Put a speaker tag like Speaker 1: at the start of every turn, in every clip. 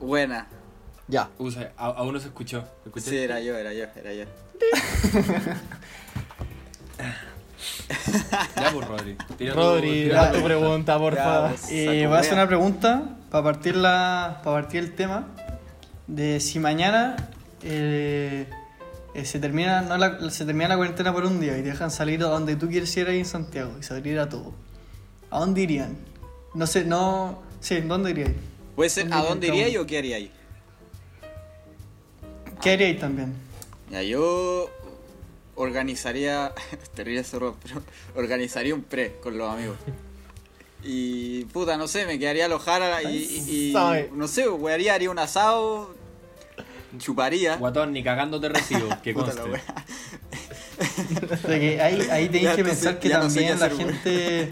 Speaker 1: Buena.
Speaker 2: Ya.
Speaker 3: Uh, se- a- aún no se escuchó. ¿Lo escuché?
Speaker 1: Sí, era yo, era yo, era yo.
Speaker 3: Ya, pues, Rodri. Tira tu-
Speaker 2: Rodri,
Speaker 3: tira
Speaker 2: haz tu pregunta, por
Speaker 1: Ya,
Speaker 2: favor.
Speaker 1: pues.
Speaker 4: Eh,
Speaker 1: Saco
Speaker 4: voy a hacer
Speaker 1: wea.
Speaker 4: una pregunta para partir, la, para partir el tema de si mañana eh, eh, se, termina, no la, se termina la cuarentena por un día y te dejan salir a donde tú quieres ir ahí en Santiago y salir a todo. ¿A dónde irían? No sé, no... Sí, ¿en dónde irían?
Speaker 1: Puede ser, ¿a dónde iría yo o qué haría yo? Ah.
Speaker 4: ¿Qué haríais también?
Speaker 1: Ya, yo organizaría, es terrible zorro, pero organizaría un pre con los amigos. Y puta, no sé, me quedaría a alojar a la- y, y- y-
Speaker 2: Sabe.
Speaker 1: no sé, wearía, haría un asado, chuparía.
Speaker 3: Guatón, ni cagando te recibo. Que
Speaker 1: Puta la
Speaker 3: conste.
Speaker 1: wea.
Speaker 4: Porque ahí, ahí tenéis
Speaker 1: Ya,
Speaker 4: que
Speaker 1: entonces,
Speaker 4: pensar que
Speaker 1: ya no sé
Speaker 4: también
Speaker 1: qué
Speaker 4: la
Speaker 1: hacer,
Speaker 4: gente...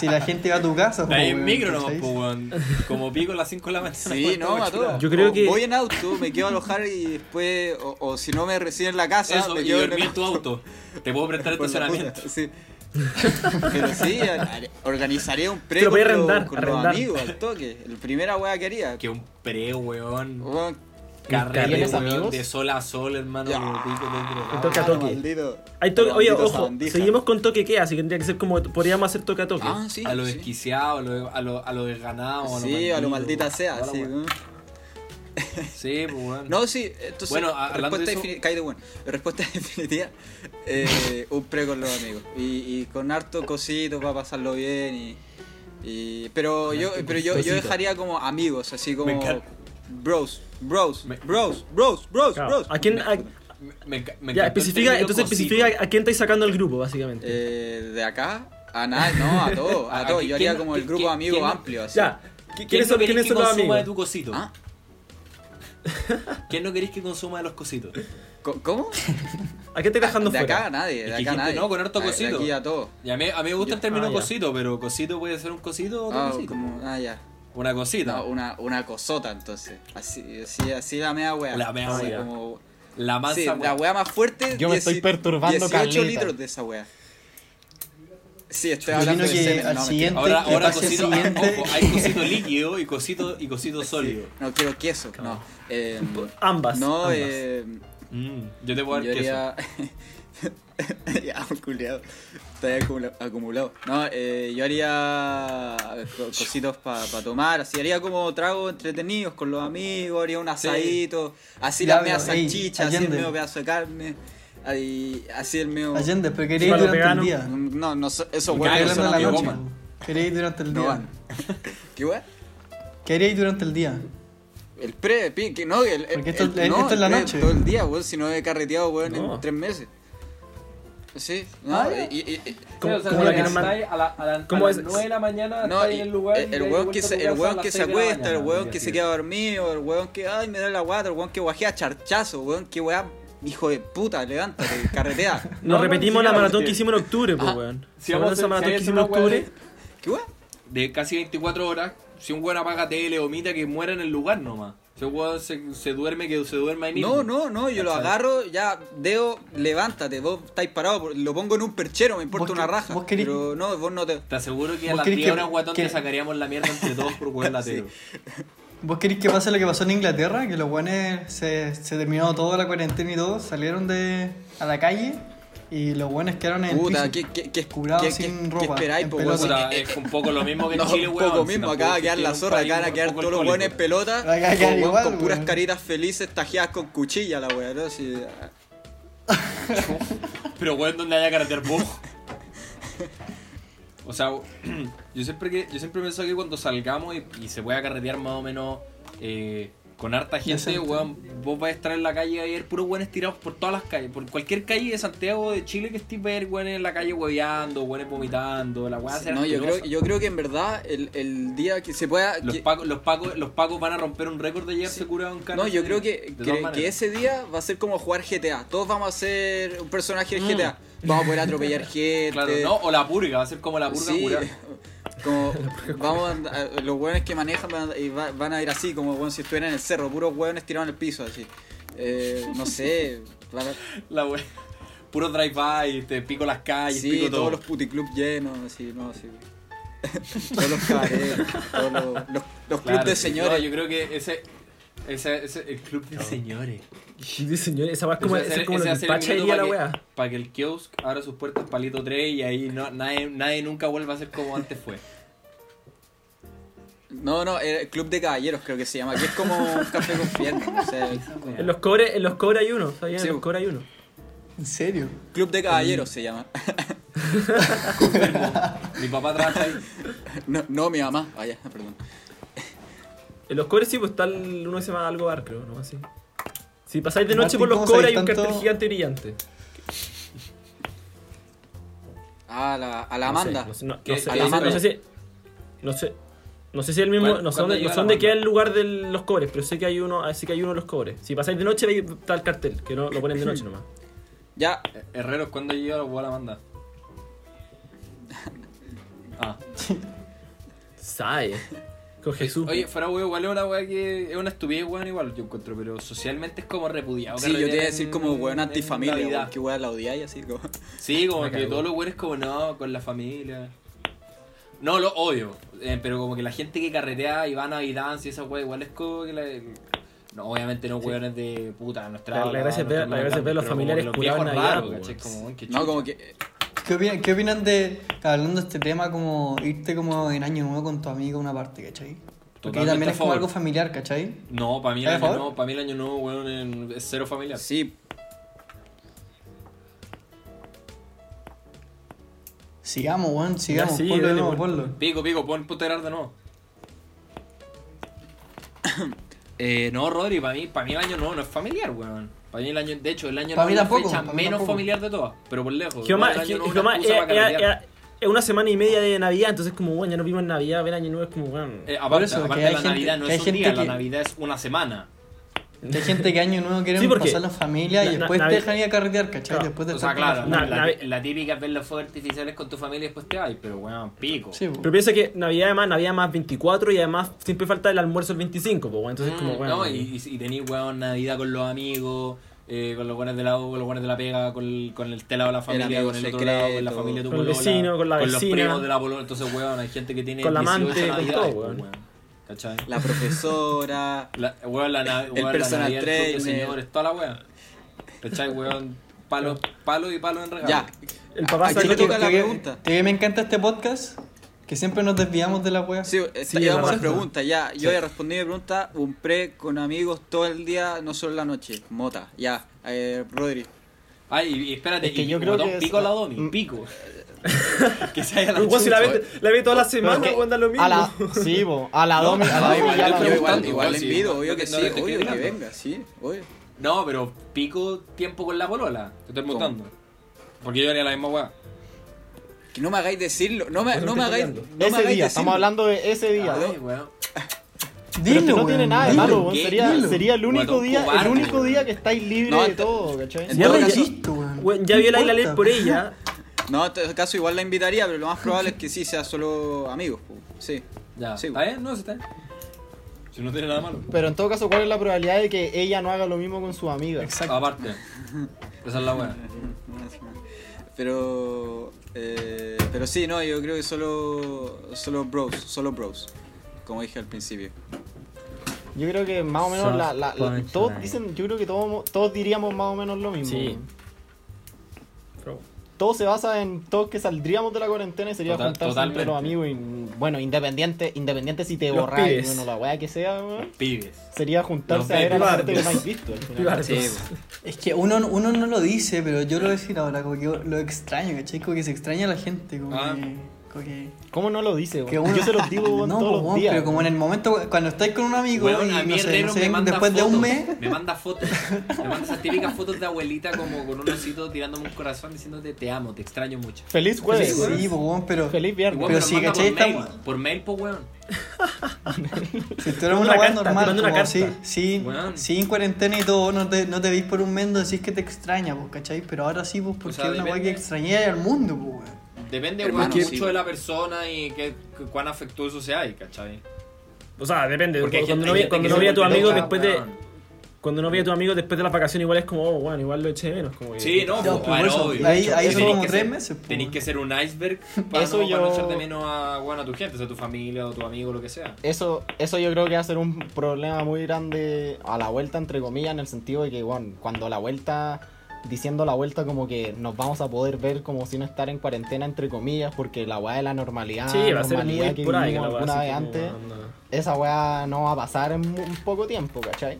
Speaker 4: Si la gente va a tu casa...
Speaker 3: Está ahí
Speaker 4: po,
Speaker 3: en
Speaker 4: weón,
Speaker 3: micro nomás,
Speaker 4: ¿cachai?
Speaker 3: pues, weón. Como pico a las 5 de la mañana. pues,
Speaker 1: Sí, no, a todo.
Speaker 5: Yo creo
Speaker 1: O
Speaker 5: que-
Speaker 1: Voy en auto, me quedo a alojar y después, o, o si no me reciben en la casa,
Speaker 3: Eso,
Speaker 1: me
Speaker 3: y
Speaker 1: quedo en
Speaker 3: dormí
Speaker 1: el
Speaker 3: en tu auto. Te puedo prestar este
Speaker 1: Por la
Speaker 3: estacionamiento.
Speaker 1: puta, sí. Pero sí, har- organizaría un pre
Speaker 5: Te lo
Speaker 1: con,
Speaker 5: voy a
Speaker 1: los-
Speaker 5: arrendar,
Speaker 1: con los
Speaker 5: arrendar.
Speaker 1: amigos al toque. La primera weá que haría.
Speaker 3: Que un pre, weón.
Speaker 1: Weón,
Speaker 3: Carrete,
Speaker 5: ¿Tienes
Speaker 3: weón,
Speaker 2: amigos?
Speaker 3: de sol a sol, hermano.
Speaker 1: Ya.
Speaker 3: como pico, te drogas.
Speaker 5: toque a
Speaker 1: mano,
Speaker 5: toque.
Speaker 1: ah, maldito.
Speaker 5: Hay toque- oye,
Speaker 1: Maldito
Speaker 5: ojo,
Speaker 1: sabandija.
Speaker 5: seguimos con toque queda, así que tendría que ser como podríamos hacer toque a toque.
Speaker 1: Ah, sí,
Speaker 3: a lo
Speaker 1: sí.
Speaker 3: desquiciado, a lo, a lo, a lo desganado.
Speaker 1: Sí, a lo maldita sea.
Speaker 3: toda la
Speaker 1: sí,
Speaker 3: weá.
Speaker 1: weón.
Speaker 3: Sí, pues, weón.
Speaker 1: No, sí, entonces.
Speaker 3: Bueno, a- hablando
Speaker 1: respuesta
Speaker 3: de eso-
Speaker 1: defini- Caí de bueno. Respuesta definitiva: eh, un pre con los amigos. Y, y con harto cosito para pasarlo bien. Y, y- pero yo, pero yo, yo
Speaker 5: cosito.
Speaker 1: dejaría como amigos, así como.
Speaker 3: encanta.
Speaker 1: Bros, bros,
Speaker 3: Me-
Speaker 1: bros, bros, bros,
Speaker 5: Claro.
Speaker 1: bros.
Speaker 5: ¿A quién, a-
Speaker 3: Me- Me, enca- me
Speaker 5: ya,
Speaker 3: encantó el
Speaker 5: especifica,
Speaker 3: término
Speaker 5: entonces
Speaker 3: cosito.
Speaker 5: especifica a quién estáis sacando el grupo, básicamente.
Speaker 1: Eh, de acá a nada, no, a todo, a
Speaker 3: ¿A
Speaker 1: todo.
Speaker 3: Ah, quién-
Speaker 1: Yo haría
Speaker 3: quién-
Speaker 1: como el grupo
Speaker 3: quién-
Speaker 1: amigo
Speaker 3: quién-
Speaker 1: amplio, así.
Speaker 5: ya,
Speaker 3: ¿Qui-
Speaker 5: ¿quiénes son,
Speaker 3: querés
Speaker 5: quiénes
Speaker 3: que
Speaker 5: son los
Speaker 3: consuma
Speaker 5: amigos?
Speaker 3: de tu cosito?
Speaker 1: ¿Ah?
Speaker 3: ¿Quién no queréis que consuma de los cositos?
Speaker 1: Co- ¿Cómo?
Speaker 5: ¿A quién estáis dejando
Speaker 1: Ah, de
Speaker 5: fuera?
Speaker 1: acá a nadie,
Speaker 3: Es
Speaker 1: de acá
Speaker 3: que
Speaker 1: a
Speaker 3: gente,
Speaker 1: nadie.
Speaker 3: no, con harto
Speaker 1: A- de
Speaker 3: cosito.
Speaker 1: aquí a todo.
Speaker 3: Y a mí, a mí me gusta el término
Speaker 5: ah, ya.
Speaker 3: cosito, pero cosito puede ser un cosito o otro
Speaker 1: Ah,
Speaker 3: cosito.
Speaker 1: como, ah, ya.
Speaker 3: Una cosita.
Speaker 1: No, una, una cosota entonces. Así, así, así la mea wea.
Speaker 3: La mea
Speaker 1: Así
Speaker 3: wea.
Speaker 1: como-
Speaker 3: La mansa.
Speaker 1: sí, la
Speaker 3: weón.
Speaker 1: wea más fuerte.
Speaker 2: Yo me estoy
Speaker 1: dieci-
Speaker 2: perturbando,
Speaker 1: 18
Speaker 2: Carlita.
Speaker 1: litros de esa wea. Sí, estoy
Speaker 4: Yo
Speaker 1: hablando
Speaker 4: opino
Speaker 1: de
Speaker 4: que
Speaker 1: semen,
Speaker 4: al
Speaker 1: no, mentira.
Speaker 4: siguiente-
Speaker 3: Ahora,
Speaker 4: que
Speaker 3: ahora
Speaker 4: pase el
Speaker 3: cosito,
Speaker 4: siguiente.
Speaker 3: ojo, hay cosito líquido y cosito, y cosito sólido.
Speaker 1: No, quiero queso, no. Eh,
Speaker 5: Ambas.
Speaker 1: no,
Speaker 5: ambas.
Speaker 1: eh.
Speaker 3: Mm, yo te voy a dar
Speaker 1: Yo
Speaker 3: queso.
Speaker 1: haría... ya, culiado. Está acumula- acumulado. No, eh, yo haría co- cositos para tomar. Así haría como tragos entretenidos con los amigos. Haría un asadito. Así
Speaker 4: Ya
Speaker 1: las medias
Speaker 4: veo, ey,
Speaker 1: salchichas. Así el
Speaker 4: Allende.
Speaker 1: medio pedazo de carne. ahí- así el medio.
Speaker 4: Allende, pero queréis
Speaker 5: Para los
Speaker 4: durante el
Speaker 5: veganos.
Speaker 4: día.
Speaker 1: No, no, so- esos
Speaker 3: Porque
Speaker 1: huevos
Speaker 3: hablando
Speaker 1: son
Speaker 3: de la
Speaker 1: amigos.
Speaker 3: noche.
Speaker 4: Quería ir durante el
Speaker 1: No
Speaker 4: día.
Speaker 1: van. ¿Qué hueá?
Speaker 4: ¿Qué haríais durante el día?
Speaker 1: El pre, pi- que no, el, el-
Speaker 4: Porque esto-
Speaker 1: el-
Speaker 4: el-
Speaker 1: no,
Speaker 4: esto es la
Speaker 1: el pre
Speaker 4: noche.
Speaker 1: Todo el día, weón, si no he carreteado, weón,
Speaker 5: No.
Speaker 1: en tres meses. Sí, no,
Speaker 6: Ah,
Speaker 1: y- y- y-
Speaker 5: Como-
Speaker 6: Sí, o sea,
Speaker 5: como
Speaker 6: te
Speaker 5: la que nos
Speaker 6: levantáis a, la, a, la- a
Speaker 5: ¿Cómo
Speaker 6: las
Speaker 5: es?
Speaker 6: 9 de la mañana
Speaker 1: No,
Speaker 6: estáis
Speaker 1: y-
Speaker 6: en el lugar
Speaker 1: el,
Speaker 6: y hay
Speaker 1: weón
Speaker 6: vuelta
Speaker 1: que
Speaker 6: a
Speaker 1: se,
Speaker 6: tu
Speaker 1: el
Speaker 6: casa a
Speaker 1: weón
Speaker 6: las
Speaker 1: que se
Speaker 6: seis de la
Speaker 1: acuesta, el
Speaker 6: mañana,
Speaker 1: weón
Speaker 6: y
Speaker 1: que
Speaker 6: así
Speaker 1: se
Speaker 6: es.
Speaker 1: queda dormido, el weón que, ay, me da la guata, el weón que guajea charchazo, weón, que weá, hijo de puta, levántate, carretea.
Speaker 5: Nos
Speaker 6: no,
Speaker 5: repetimos
Speaker 6: sí,
Speaker 5: la
Speaker 6: ya,
Speaker 5: maratón
Speaker 6: porque-
Speaker 5: que hicimos en octubre, pues, weón.
Speaker 6: Si
Speaker 5: Nos
Speaker 6: vamos a
Speaker 5: repetimos
Speaker 6: hacer-
Speaker 5: esa maratón
Speaker 6: si
Speaker 5: que
Speaker 6: hay
Speaker 5: hicimos
Speaker 6: una
Speaker 5: en
Speaker 6: weá
Speaker 5: octubre.
Speaker 1: ¿Qué weá?
Speaker 3: de casi 24 horas, si un weón apaga tele o mita, que muera en el lugar nomás. Si un weón se, se duerme, que se duerma ahí mismo.
Speaker 1: No, no, no, yo lo agarro, ya, dedo, levántate, vos estáis parados, por- lo pongo en un perchero, me importa
Speaker 4: Vos que-
Speaker 1: una raja.
Speaker 4: vos querés-
Speaker 1: Pero no, vos no te.
Speaker 3: Te aseguro que a
Speaker 4: ¿Vos
Speaker 3: las
Speaker 4: crees
Speaker 3: 10
Speaker 4: que-
Speaker 3: horas, guatón,
Speaker 4: que-
Speaker 3: te sacaríamos la mierda entre todos por weón latero.
Speaker 4: ¿Vos queréis que pase lo que pasó en Inglaterra? Que los guanes se, se terminó toda la cuarentena y todo, salieron de, a la calle y los guanes quedaron en
Speaker 1: Puta,
Speaker 4: el
Speaker 1: ¿qué,
Speaker 4: piso.
Speaker 1: qué, qué,
Speaker 4: Curado
Speaker 1: qué- qué-
Speaker 4: sin
Speaker 1: qué
Speaker 4: ropa,
Speaker 1: esperáis,
Speaker 4: en
Speaker 1: po, weón?
Speaker 4: pelotas.
Speaker 3: Puta, es un poco lo mismo que en
Speaker 1: eh, No,
Speaker 3: Chile,
Speaker 1: un
Speaker 3: weón.
Speaker 1: poco
Speaker 3: si
Speaker 1: mismo,
Speaker 3: tampoco
Speaker 1: acá va a
Speaker 3: es
Speaker 1: quedar
Speaker 3: que
Speaker 1: la
Speaker 3: un
Speaker 1: zorra,
Speaker 3: país
Speaker 1: acá van a
Speaker 3: un
Speaker 1: quedar
Speaker 3: poco
Speaker 1: todos los
Speaker 3: alcohólico.
Speaker 1: hueones pelota,
Speaker 4: Va a quedar
Speaker 1: con,
Speaker 4: igual,
Speaker 1: con puras
Speaker 4: weón.
Speaker 1: caritas felices tajeadas con cuchilla la weá, ¿no? Sí,
Speaker 3: Pero weón, donde haya carretera, vos. O sea, yo siempre que yo siempre he pensado que cuando salgamos y, y se pueda carretear más o menos eh, con harta gente,
Speaker 4: Decente.
Speaker 3: weón, vos vas a estar en la calle y vas a ver puros weones tirados por todas las calles. Por cualquier calle de Santiago o de Chile que estés, vas a ver weones en la calle hueveando, weones vomitando, la weá
Speaker 1: Sí,
Speaker 3: será
Speaker 1: No, yo creo,
Speaker 3: asquerosa.
Speaker 1: yo creo que en verdad el, el día que se pueda.
Speaker 3: Los
Speaker 1: que-
Speaker 3: pacos, los, pacos, los pacos van a romper un récord de llevarse curado en carne.
Speaker 1: no, yo creo
Speaker 3: De
Speaker 1: que,
Speaker 3: todas
Speaker 1: que,
Speaker 3: maneras.
Speaker 1: que ese día va a ser como jugar GTA. Todos vamos a ser un personaje del GTA. Vamos a poder atropellar gente.
Speaker 3: Mm. Claro, no, o la purga, va a ser como la purga
Speaker 1: Sí,
Speaker 3: curada.
Speaker 1: como vamos a andar- los hueones que manejan van a, y va- van a ir así, como weón, si estuvieran en el cerro, puros hueones tirados en el piso, así. Eh, no sé, van a-
Speaker 3: La wea. Puro drive-by, te pico las calles,
Speaker 1: sí,
Speaker 3: Ah, pico todo.
Speaker 1: todos los puticlubs llenos, así, no, así. todos los cabarets, todos los, los, los clubes de señores.
Speaker 3: yo creo que ese. Ese, ese el club de señores.
Speaker 5: Sí, señor, esa weá es como, esa es como lo que Pacha diría la
Speaker 3: para
Speaker 5: weá.
Speaker 3: que, pa' que el kiosk abra sus puertas palito 3 y ahí no, nadie, nadie nunca vuelva a ser como antes fue.
Speaker 1: No, no, era el club de caballeros creo que se llama, que es como un café con piernas. O sea,
Speaker 5: En los cobres, en los cobres hay uno, ¿sabían?
Speaker 1: Sí,
Speaker 5: en los
Speaker 1: bo.
Speaker 5: cobres hay uno.
Speaker 4: ¿En serio?
Speaker 1: club de caballeros se llama.
Speaker 3: Mi papá trabaja ahí.
Speaker 1: No, no mi mamá, vaya, perdón.
Speaker 5: En los cobres sí, pues está el- uno que se llama Algo Bar, creo, ¿no? Así. Si pasáis de
Speaker 4: Martín,
Speaker 5: noche por los
Speaker 4: ¿cómo
Speaker 5: cobres hay
Speaker 4: sabéis
Speaker 5: un
Speaker 4: tanto?
Speaker 5: cartel gigante brillante.
Speaker 1: Ah, la, a la Amanda.
Speaker 5: No sé, no, sé- no-
Speaker 3: ¿Qué-
Speaker 5: no sé-
Speaker 1: qué
Speaker 5: no sé-
Speaker 1: dice?
Speaker 5: no sé si. No sé. No sé si es el mismo.
Speaker 3: ¿Cuál-
Speaker 5: No sé
Speaker 3: cuándo
Speaker 5: dónde, no
Speaker 3: llega
Speaker 5: sé
Speaker 3: la
Speaker 5: dónde
Speaker 3: banda?
Speaker 5: queda el lugar de los cobres, pero sé que hay uno, sé que hay uno en los cobres. Si pasáis de noche, ahí está el cartel, que no, lo ponen de noche nomás.
Speaker 1: Ya,
Speaker 3: Herreros, Eh, ¿cuándo llega la la banda? Ah.
Speaker 5: Sae. Con Jesús.
Speaker 3: Oye, fuera huevo, igual es una weá que es una estupidez, weón, igual yo encuentro, pero socialmente es como repudiado.
Speaker 1: sí, yo te
Speaker 3: carretear
Speaker 1: iba a decir
Speaker 3: en-
Speaker 1: como weón
Speaker 3: en
Speaker 1: antifamilia,
Speaker 3: Navidad.
Speaker 1: weón, que weón la odiáis así como.
Speaker 3: Sí, como
Speaker 5: Me
Speaker 3: que
Speaker 5: cagó.
Speaker 3: todos los weones como no, con la familia. No, lo odio, eh, pero como que la gente que carretea y va a Navidad y esa weá, igual es como que la... No, obviamente no weones de puta, nuestra...
Speaker 5: La- la gracia es ver- la gracia es ver los familiares curados en Navidad,
Speaker 3: raros,
Speaker 5: weón.
Speaker 3: ¿cachai? Como, weón, qué
Speaker 1: No,
Speaker 3: chucha.
Speaker 1: como que. eh,
Speaker 4: ¿Qué, opinan, ¿Qué opinan de, hablando de este tema, como irte como en año nuevo con tu amigo a una parte, ¿cachai? Porque ahí
Speaker 3: Totalmente
Speaker 4: también
Speaker 3: a
Speaker 4: es como
Speaker 3: favor.
Speaker 4: algo familiar, ¿cachai?
Speaker 3: No, para mí el
Speaker 4: ¿Estás a
Speaker 3: año
Speaker 4: favor?
Speaker 3: nuevo, para mí el año nuevo, weón, en- es cero familiar.
Speaker 1: Sí,
Speaker 4: Sigamos, weón, sigamos,
Speaker 5: sí,
Speaker 4: ponlo de
Speaker 5: dale,
Speaker 4: nuevo,
Speaker 5: por-
Speaker 4: ponlo.
Speaker 3: Pico, pico, pon puterar de nuevo. Eh, no, Rodri, para mí, para mí el año no, no es familiar, weón. Para mí el año, de hecho, el año
Speaker 4: Pa'
Speaker 3: no
Speaker 4: mí
Speaker 3: es la
Speaker 4: tampoco,
Speaker 3: fecha
Speaker 4: pa' mí
Speaker 3: menos
Speaker 4: tampoco.
Speaker 3: familiar de todas, pero por lejos.
Speaker 5: Geoma,
Speaker 3: El año
Speaker 5: Ge-
Speaker 3: no es una
Speaker 5: Geoma,
Speaker 3: excusa
Speaker 5: eh,
Speaker 3: para
Speaker 5: eh,
Speaker 3: carretear.
Speaker 5: eh, es una semana y media de Navidad, entonces como, bueno, ya no vimos en Navidad, ver Año Nuevo es como, bueno...
Speaker 3: Eh,
Speaker 4: por
Speaker 3: aparte,
Speaker 4: eso, que
Speaker 3: aparte
Speaker 4: hay
Speaker 3: la
Speaker 4: gente-
Speaker 3: Navidad no
Speaker 4: que hay
Speaker 3: es un día,
Speaker 4: gente
Speaker 3: la
Speaker 4: que-
Speaker 3: Navidad es una semana.
Speaker 4: Hay gente que año nuevo quieren
Speaker 5: Sí, porque-
Speaker 4: pasarlo en familia
Speaker 5: Na-
Speaker 4: y
Speaker 5: na-
Speaker 4: después te
Speaker 5: Navi-
Speaker 4: dejan ir a carretear, ¿cachai?
Speaker 5: Claro.
Speaker 4: Después de
Speaker 3: O sea,
Speaker 4: estar
Speaker 3: claro,
Speaker 4: con
Speaker 5: la-
Speaker 3: la,
Speaker 4: la
Speaker 5: la-
Speaker 3: la- la típica es ver los fuegos artificiales con tu familia y después te hay, pero weón, pico.
Speaker 4: Sí,
Speaker 5: Pero
Speaker 4: weón.
Speaker 5: piensa que Navidad además, Navidad más 24 y además siempre falta el almuerzo el 25, pues, bueno, entonces
Speaker 3: Mm,
Speaker 5: como, bueno...
Speaker 3: no, y, y, y tenís, weón, Navidad con los amigos, eh, con los buenos de la U, con los buenos de la pega, con el, con el telado de la familia,
Speaker 1: amigo
Speaker 3: con el otro lado, con la
Speaker 1: secreto.
Speaker 3: familia de tu
Speaker 5: Con el
Speaker 3: polola,
Speaker 5: vecino, con la
Speaker 3: los
Speaker 5: vecina.
Speaker 3: primos de la polola. Entonces, weón, hay gente que tiene
Speaker 5: Con la
Speaker 3: 18
Speaker 5: amante, con
Speaker 3: navidades,
Speaker 5: todo,
Speaker 3: pues,
Speaker 5: weón.
Speaker 3: ¿Cachai?
Speaker 1: la profesora.
Speaker 3: La, weón, la, na- weón, la
Speaker 1: personal
Speaker 3: Navidad del club de
Speaker 1: trainer.
Speaker 3: señores, toda la weón. ¿Cachai, weón? Palo, palo y palo en regalo.
Speaker 1: Ya,
Speaker 5: el papá
Speaker 1: ¿a
Speaker 5: sabe
Speaker 1: quién le
Speaker 5: que-
Speaker 1: toca la
Speaker 4: que-
Speaker 1: pregunta?
Speaker 4: que me encanta este podcast, que siempre nos desviamos de la wea.
Speaker 1: Sí, eh,
Speaker 5: Sí,
Speaker 1: está,
Speaker 5: es
Speaker 1: llevamos
Speaker 5: verdad.
Speaker 1: las preguntas, ya. Yo he respondido mi pregunta, un pre con amigos todo el día, no solo en la noche. Mota, ya. Eh, Rodri.
Speaker 3: Ay, y, y espérate,
Speaker 4: Es que
Speaker 3: y
Speaker 4: yo
Speaker 3: pico,
Speaker 4: creo
Speaker 3: botón,
Speaker 4: que es-
Speaker 3: pico a la Domi,
Speaker 4: Mm.
Speaker 3: pico. que se haya la
Speaker 5: Pero, weón, si la
Speaker 3: chucha.
Speaker 5: ve, la ve toda la semana,
Speaker 4: Pero es que
Speaker 5: weón, da lo mismo.
Speaker 4: A la, sí, bo, a la Domi, a la
Speaker 3: no,
Speaker 4: Domi
Speaker 3: igual
Speaker 4: ya
Speaker 3: yo
Speaker 1: yo
Speaker 3: pregunto,
Speaker 4: la
Speaker 1: Ah, igual,
Speaker 3: igual,
Speaker 1: igual le
Speaker 3: sí,
Speaker 1: envido,
Speaker 3: no,
Speaker 1: obvio
Speaker 3: no
Speaker 1: que
Speaker 3: te
Speaker 1: sí,
Speaker 3: estoy
Speaker 1: obvio que
Speaker 3: criticando.
Speaker 1: venga, sí, obvio.
Speaker 3: No, pero pico tiempo con la polola. Te estoy
Speaker 1: ¿Cómo?
Speaker 3: preguntando. Porque yo haría la misma weá.
Speaker 1: Que no me hagáis decirlo, no me,
Speaker 5: Pues no
Speaker 1: no me
Speaker 5: estoy
Speaker 1: hagáis. No
Speaker 5: peleando.
Speaker 1: me hagáis
Speaker 2: ese día,
Speaker 1: decirlo.
Speaker 2: estamos hablando de ese día.
Speaker 1: Ah,
Speaker 3: Ay, weón.
Speaker 2: Pero es que
Speaker 4: Dilo,
Speaker 2: no tiene
Speaker 4: weón,
Speaker 2: nada de
Speaker 4: dilo.
Speaker 2: malo, weón.
Speaker 3: ¿Qué?
Speaker 2: Sería,
Speaker 4: Dilo.
Speaker 2: sería el único
Speaker 3: Guatón
Speaker 2: día,
Speaker 3: cobarde,
Speaker 2: el único
Speaker 3: weón.
Speaker 2: día que estáis libre
Speaker 1: No,
Speaker 2: de
Speaker 1: ento-
Speaker 2: todo, ¿cachai?
Speaker 1: en
Speaker 5: Ya
Speaker 1: todo
Speaker 5: la-
Speaker 1: caso-
Speaker 4: Listo, weón.
Speaker 5: Weón, ya vio la Isla Lel por ella.
Speaker 1: No, en todo caso igual la invitaría, pero lo más probable es que sí sea solo amigos. po. Sí.
Speaker 3: Ya.
Speaker 1: Sí,
Speaker 3: ¿Está bien? No, sí está bien. Si no tiene nada malo.
Speaker 2: Pero en todo caso, ¿cuál es la probabilidad de que ella no haga lo mismo con su amiga?
Speaker 4: Exacto.
Speaker 3: Aparte. Esa es la buena.
Speaker 1: Pero. eh, pero sí, no, yo creo que solo. Solo bros, solo bros. Como dije al principio.
Speaker 2: Yo creo que más o menos la, la- la-
Speaker 5: Soft
Speaker 2: todos
Speaker 5: punchline.
Speaker 2: dicen, yo creo que todos, todos diríamos más o menos lo mismo.
Speaker 5: Sí.
Speaker 2: weón.
Speaker 5: Pero-
Speaker 2: Todo se basa en todos que saldríamos de la cuarentena y sería
Speaker 3: Total-
Speaker 2: juntarse entre los
Speaker 3: totalmente.
Speaker 2: amigos y bueno, independiente, independiente si te
Speaker 5: Los
Speaker 2: borras
Speaker 5: pibes.
Speaker 2: bueno, la weá que sea, weón,
Speaker 3: Pibes.
Speaker 2: sería juntarse
Speaker 5: Los
Speaker 2: a ver a la gente
Speaker 5: pibes.
Speaker 2: que no has visto al final.
Speaker 5: Pibarcos.
Speaker 1: Sí,
Speaker 4: Es que uno, uno no lo dice, pero yo lo voy a decir ahora, como que lo extraño, ¿cachai? Como que se extraña a la gente, como
Speaker 3: Ah.
Speaker 4: que... como que-
Speaker 2: ¿Cómo no lo dice, weón?
Speaker 4: que uno-
Speaker 2: Yo se los digo weón,
Speaker 4: no,
Speaker 2: todos
Speaker 4: po,
Speaker 2: los
Speaker 4: weón,
Speaker 2: días.
Speaker 4: pero como en el momento, cuando estáis con un amigo
Speaker 3: Weón, a
Speaker 4: y
Speaker 3: mí
Speaker 4: no
Speaker 3: el
Speaker 4: sé, no
Speaker 3: Rero
Speaker 4: sé,
Speaker 3: me manda
Speaker 4: después de
Speaker 3: fotos,
Speaker 4: un mes...
Speaker 3: Me manda fotos. Me manda esas típicas fotos de abuelita como con un osito tirándome un corazón diciéndote te amo, te extraño mucho.
Speaker 2: Feliz jueves.
Speaker 4: Sí,
Speaker 2: weón.
Speaker 4: po, weón, pero...
Speaker 2: Feliz
Speaker 3: Y
Speaker 2: viernes.
Speaker 3: weón,
Speaker 4: Pero
Speaker 3: me
Speaker 4: sí,
Speaker 3: lo manda
Speaker 4: ¿cachai?
Speaker 3: por mail.
Speaker 4: Estamos-
Speaker 3: Por mail, pues weón.
Speaker 4: Si tú eres
Speaker 5: Te
Speaker 4: una
Speaker 5: mando una
Speaker 4: weá
Speaker 5: carta, te
Speaker 4: normal,
Speaker 5: mando una
Speaker 4: como
Speaker 5: carta.
Speaker 4: sí, sí,
Speaker 3: Weón.
Speaker 4: sí, en cuarentena y todo, no te, no te veis por un mes, no decís que te extraña, pues, ¿cachai? Pero ahora sí, pues, porque
Speaker 3: sea,
Speaker 4: es una weá
Speaker 3: depende.
Speaker 4: que extrañé al mundo, pues, weón.
Speaker 3: Depende,
Speaker 1: Hermano,
Speaker 3: weón,
Speaker 1: sí,
Speaker 3: mucho
Speaker 1: weón.
Speaker 3: de la persona y qué, cu- cuán afectuoso sea, ahí, ¿cachai?
Speaker 5: O sea, depende.
Speaker 3: Porque hay
Speaker 5: cuando
Speaker 3: gente-
Speaker 5: no
Speaker 3: hay
Speaker 5: vi-
Speaker 3: gente
Speaker 5: cuando
Speaker 3: que
Speaker 5: no
Speaker 3: se
Speaker 5: vi a tu
Speaker 3: vuelve
Speaker 5: amigo
Speaker 3: loca,
Speaker 5: después de.
Speaker 3: weón.
Speaker 5: Cuando no veía a tus amigos después de las vacaciones, igual es como, oh, bueno, igual lo eché de menos. Como que-
Speaker 3: Sí, no,
Speaker 4: Ya,
Speaker 3: pues,
Speaker 4: pero
Speaker 3: bueno,
Speaker 4: eso,
Speaker 3: obvio.
Speaker 4: ahí- ahí
Speaker 3: Sí,
Speaker 4: son
Speaker 3: tenés
Speaker 4: como
Speaker 3: que
Speaker 4: tres
Speaker 3: ser-
Speaker 4: meses, pues,
Speaker 3: Tenés
Speaker 4: bueno.
Speaker 3: que ser un iceberg para,
Speaker 2: Eso
Speaker 3: no, para no
Speaker 2: yo-
Speaker 3: echar de menos a, bueno, a tu gente, o sea, a tu familia o a tu amigo, lo que sea.
Speaker 2: Eso, eso yo creo que va a ser un problema muy grande a la vuelta, entre comillas, en el sentido de que, bueno, cuando la vuelta, diciendo la vuelta como que nos vamos a poder ver como si no estar en cuarentena, entre comillas, porque la weá de la normalidad,
Speaker 5: Sí, va a ser
Speaker 2: normalidad
Speaker 5: muy
Speaker 2: que
Speaker 5: por ahí.
Speaker 2: vivimos
Speaker 5: la weá,
Speaker 2: alguna
Speaker 5: así
Speaker 2: vez
Speaker 5: como,
Speaker 2: antes,
Speaker 5: anda.
Speaker 2: esa weá no va a pasar en mu- un poco tiempo, ¿cachai?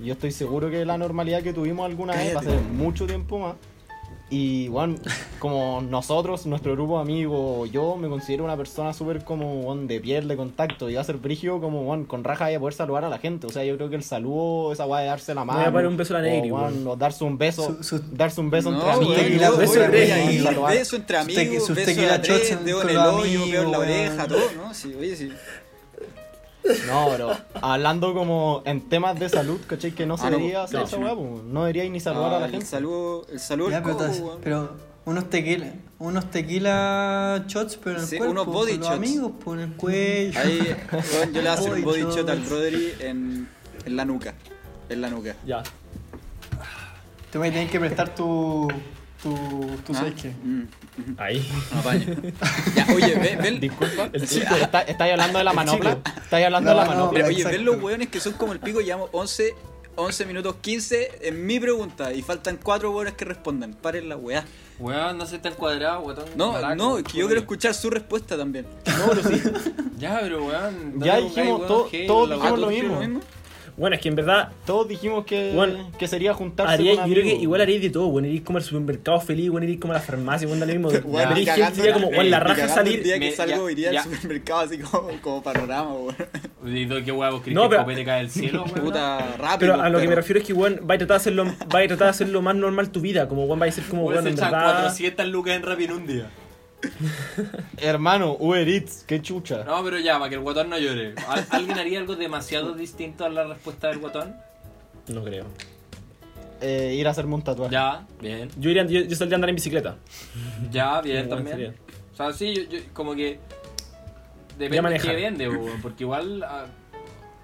Speaker 2: Yo estoy seguro que la normalidad que tuvimos alguna vez va a ser
Speaker 1: Cállate.
Speaker 2: mucho tiempo más. Y bueno, como nosotros, nuestro grupo de amigos, yo me considero una persona súper como weón, de piel, de contacto. Y va a ser brígido como weón, con raja voy a poder saludar a la gente. O sea, yo creo que el saludo, esa weá de darse la
Speaker 5: voy
Speaker 2: mano.
Speaker 5: a poner un beso a la Negri,
Speaker 2: o, weón,
Speaker 5: weón.
Speaker 2: o darse un beso.
Speaker 4: Su- su-
Speaker 2: darse un beso entre
Speaker 1: No,
Speaker 2: amigos.
Speaker 1: güey,
Speaker 4: tequila,
Speaker 1: yo
Speaker 4: beso
Speaker 1: voy a
Speaker 4: entre
Speaker 1: ir
Speaker 4: amigos,
Speaker 1: ahí,
Speaker 2: saludar.
Speaker 1: beso entre
Speaker 4: Sus tequi-
Speaker 1: amigos,
Speaker 4: sus
Speaker 1: beso
Speaker 4: tequila
Speaker 1: a tres,
Speaker 4: shots
Speaker 1: dedo en
Speaker 4: con
Speaker 1: el
Speaker 4: los
Speaker 1: hoyo,
Speaker 4: amigos,
Speaker 1: dedo en la
Speaker 4: weón.
Speaker 1: oreja, todo, ¿no? Sí, oye, sí.
Speaker 2: No, bro. Hablando como en temas de salud, ¿cachai? Que no se
Speaker 1: Ah, no,
Speaker 2: debería hacer
Speaker 5: no,
Speaker 2: esa
Speaker 5: sí.
Speaker 2: weá, pues, No deberíais ni saludar a
Speaker 1: Ah,
Speaker 2: la
Speaker 1: el
Speaker 2: gente.
Speaker 1: Saludo, el saludo
Speaker 4: Ya,
Speaker 1: al
Speaker 4: pero,
Speaker 1: codo,
Speaker 4: todas-
Speaker 1: weón.
Speaker 4: pero unos tequila, unos tequila shots, pero en el
Speaker 1: Sí,
Speaker 4: cuerpo,
Speaker 1: unos body
Speaker 4: con los
Speaker 1: shots.
Speaker 4: amigos, por el cuello.
Speaker 1: Ahí, weón, yo le voy a hacer un
Speaker 4: Body
Speaker 1: body shot al
Speaker 4: shots.
Speaker 1: Rodri en, en la nuca. En la nuca.
Speaker 5: Ya.
Speaker 4: Te voy a tener que prestar tu. tu. tu
Speaker 1: ¿Ah?
Speaker 4: seque.
Speaker 1: Mm,
Speaker 5: Ahí.
Speaker 1: apaño. Ya, oye, ve, ve el-
Speaker 2: Disculpa.
Speaker 5: El
Speaker 2: Sí, pues,
Speaker 5: chico.
Speaker 2: está- ¿Estáis hablando de la manopla? ¿Estáis hablando
Speaker 4: No,
Speaker 2: de la
Speaker 4: no,
Speaker 2: manopla?
Speaker 1: Pero, oye,
Speaker 4: Exacto.
Speaker 1: ven los hueones que son como el pico, llevamos 11, 11 minutos 15 en mi pregunta y faltan 4 hueones que respondan. Paren la weá.
Speaker 3: Weón, no se tan cuadrado, weón.
Speaker 1: No, no, es que yo quiero escuchar su respuesta también.
Speaker 3: Ya, pero weón.
Speaker 2: Ya
Speaker 3: dale,
Speaker 2: dijimos,
Speaker 3: weón,
Speaker 2: todo-
Speaker 3: hey,
Speaker 2: todos
Speaker 3: la
Speaker 2: dijimos
Speaker 3: weón.
Speaker 2: lo
Speaker 1: ¿Todos dijeron
Speaker 2: mismo.
Speaker 5: Bueno, es que en verdad,
Speaker 2: Todos dijimos que,
Speaker 5: Bueno,
Speaker 2: que sería juntarse
Speaker 5: haría,
Speaker 2: con
Speaker 5: yo creo que
Speaker 2: amigos.
Speaker 5: igual haréis de todo, bueno, iréis como al supermercado feliz, bueno, iréis como a la farmacia, bueno, da lo mismo.
Speaker 1: Weón,
Speaker 5: Veréis
Speaker 1: ni
Speaker 5: gente,
Speaker 1: cagando
Speaker 5: sería como,
Speaker 1: ni-
Speaker 5: bueno, la
Speaker 1: ni
Speaker 5: raja
Speaker 1: cagando
Speaker 5: salir.
Speaker 1: El día
Speaker 3: Me-
Speaker 1: que salgo
Speaker 3: ya,
Speaker 1: iría
Speaker 3: ya.
Speaker 1: al supermercado así como, como panorama, weón.
Speaker 3: Y doy qué huevo, Chris,
Speaker 5: No,
Speaker 3: que
Speaker 5: pero-
Speaker 3: copete cae del cielo, weón.
Speaker 1: Puta, rápido.
Speaker 5: Pero a lo que me
Speaker 1: perro.
Speaker 5: refiero es que, weón, vais a tratar de hacerlo, vais a tratar de hacer lo más normal tu vida. Como, weón, vais a ser como,
Speaker 3: Weón,
Speaker 5: weón,
Speaker 3: se
Speaker 5: en
Speaker 3: echan
Speaker 5: verdad.
Speaker 3: 400 lucas en Rappi en un día.
Speaker 2: Hermano, Uber Eats, qué chucha.
Speaker 3: No, pero ya, para que el guatón no llore. ¿Al- ¿Alguien haría algo demasiado distinto a la respuesta del guatón?
Speaker 5: No creo.
Speaker 2: Eh, ir a hacerme un tatuaje.
Speaker 3: Ya, bien.
Speaker 5: Yo, iría, yo, yo saldría a andar en bicicleta.
Speaker 3: Ya,
Speaker 5: Sí,
Speaker 3: bien
Speaker 5: bueno,
Speaker 3: también.
Speaker 5: sería.
Speaker 3: O sea, sí, yo, yo- como que.
Speaker 5: Ya
Speaker 3: Depende de
Speaker 5: manejar.
Speaker 3: qué vende, bo, porque igual. ah,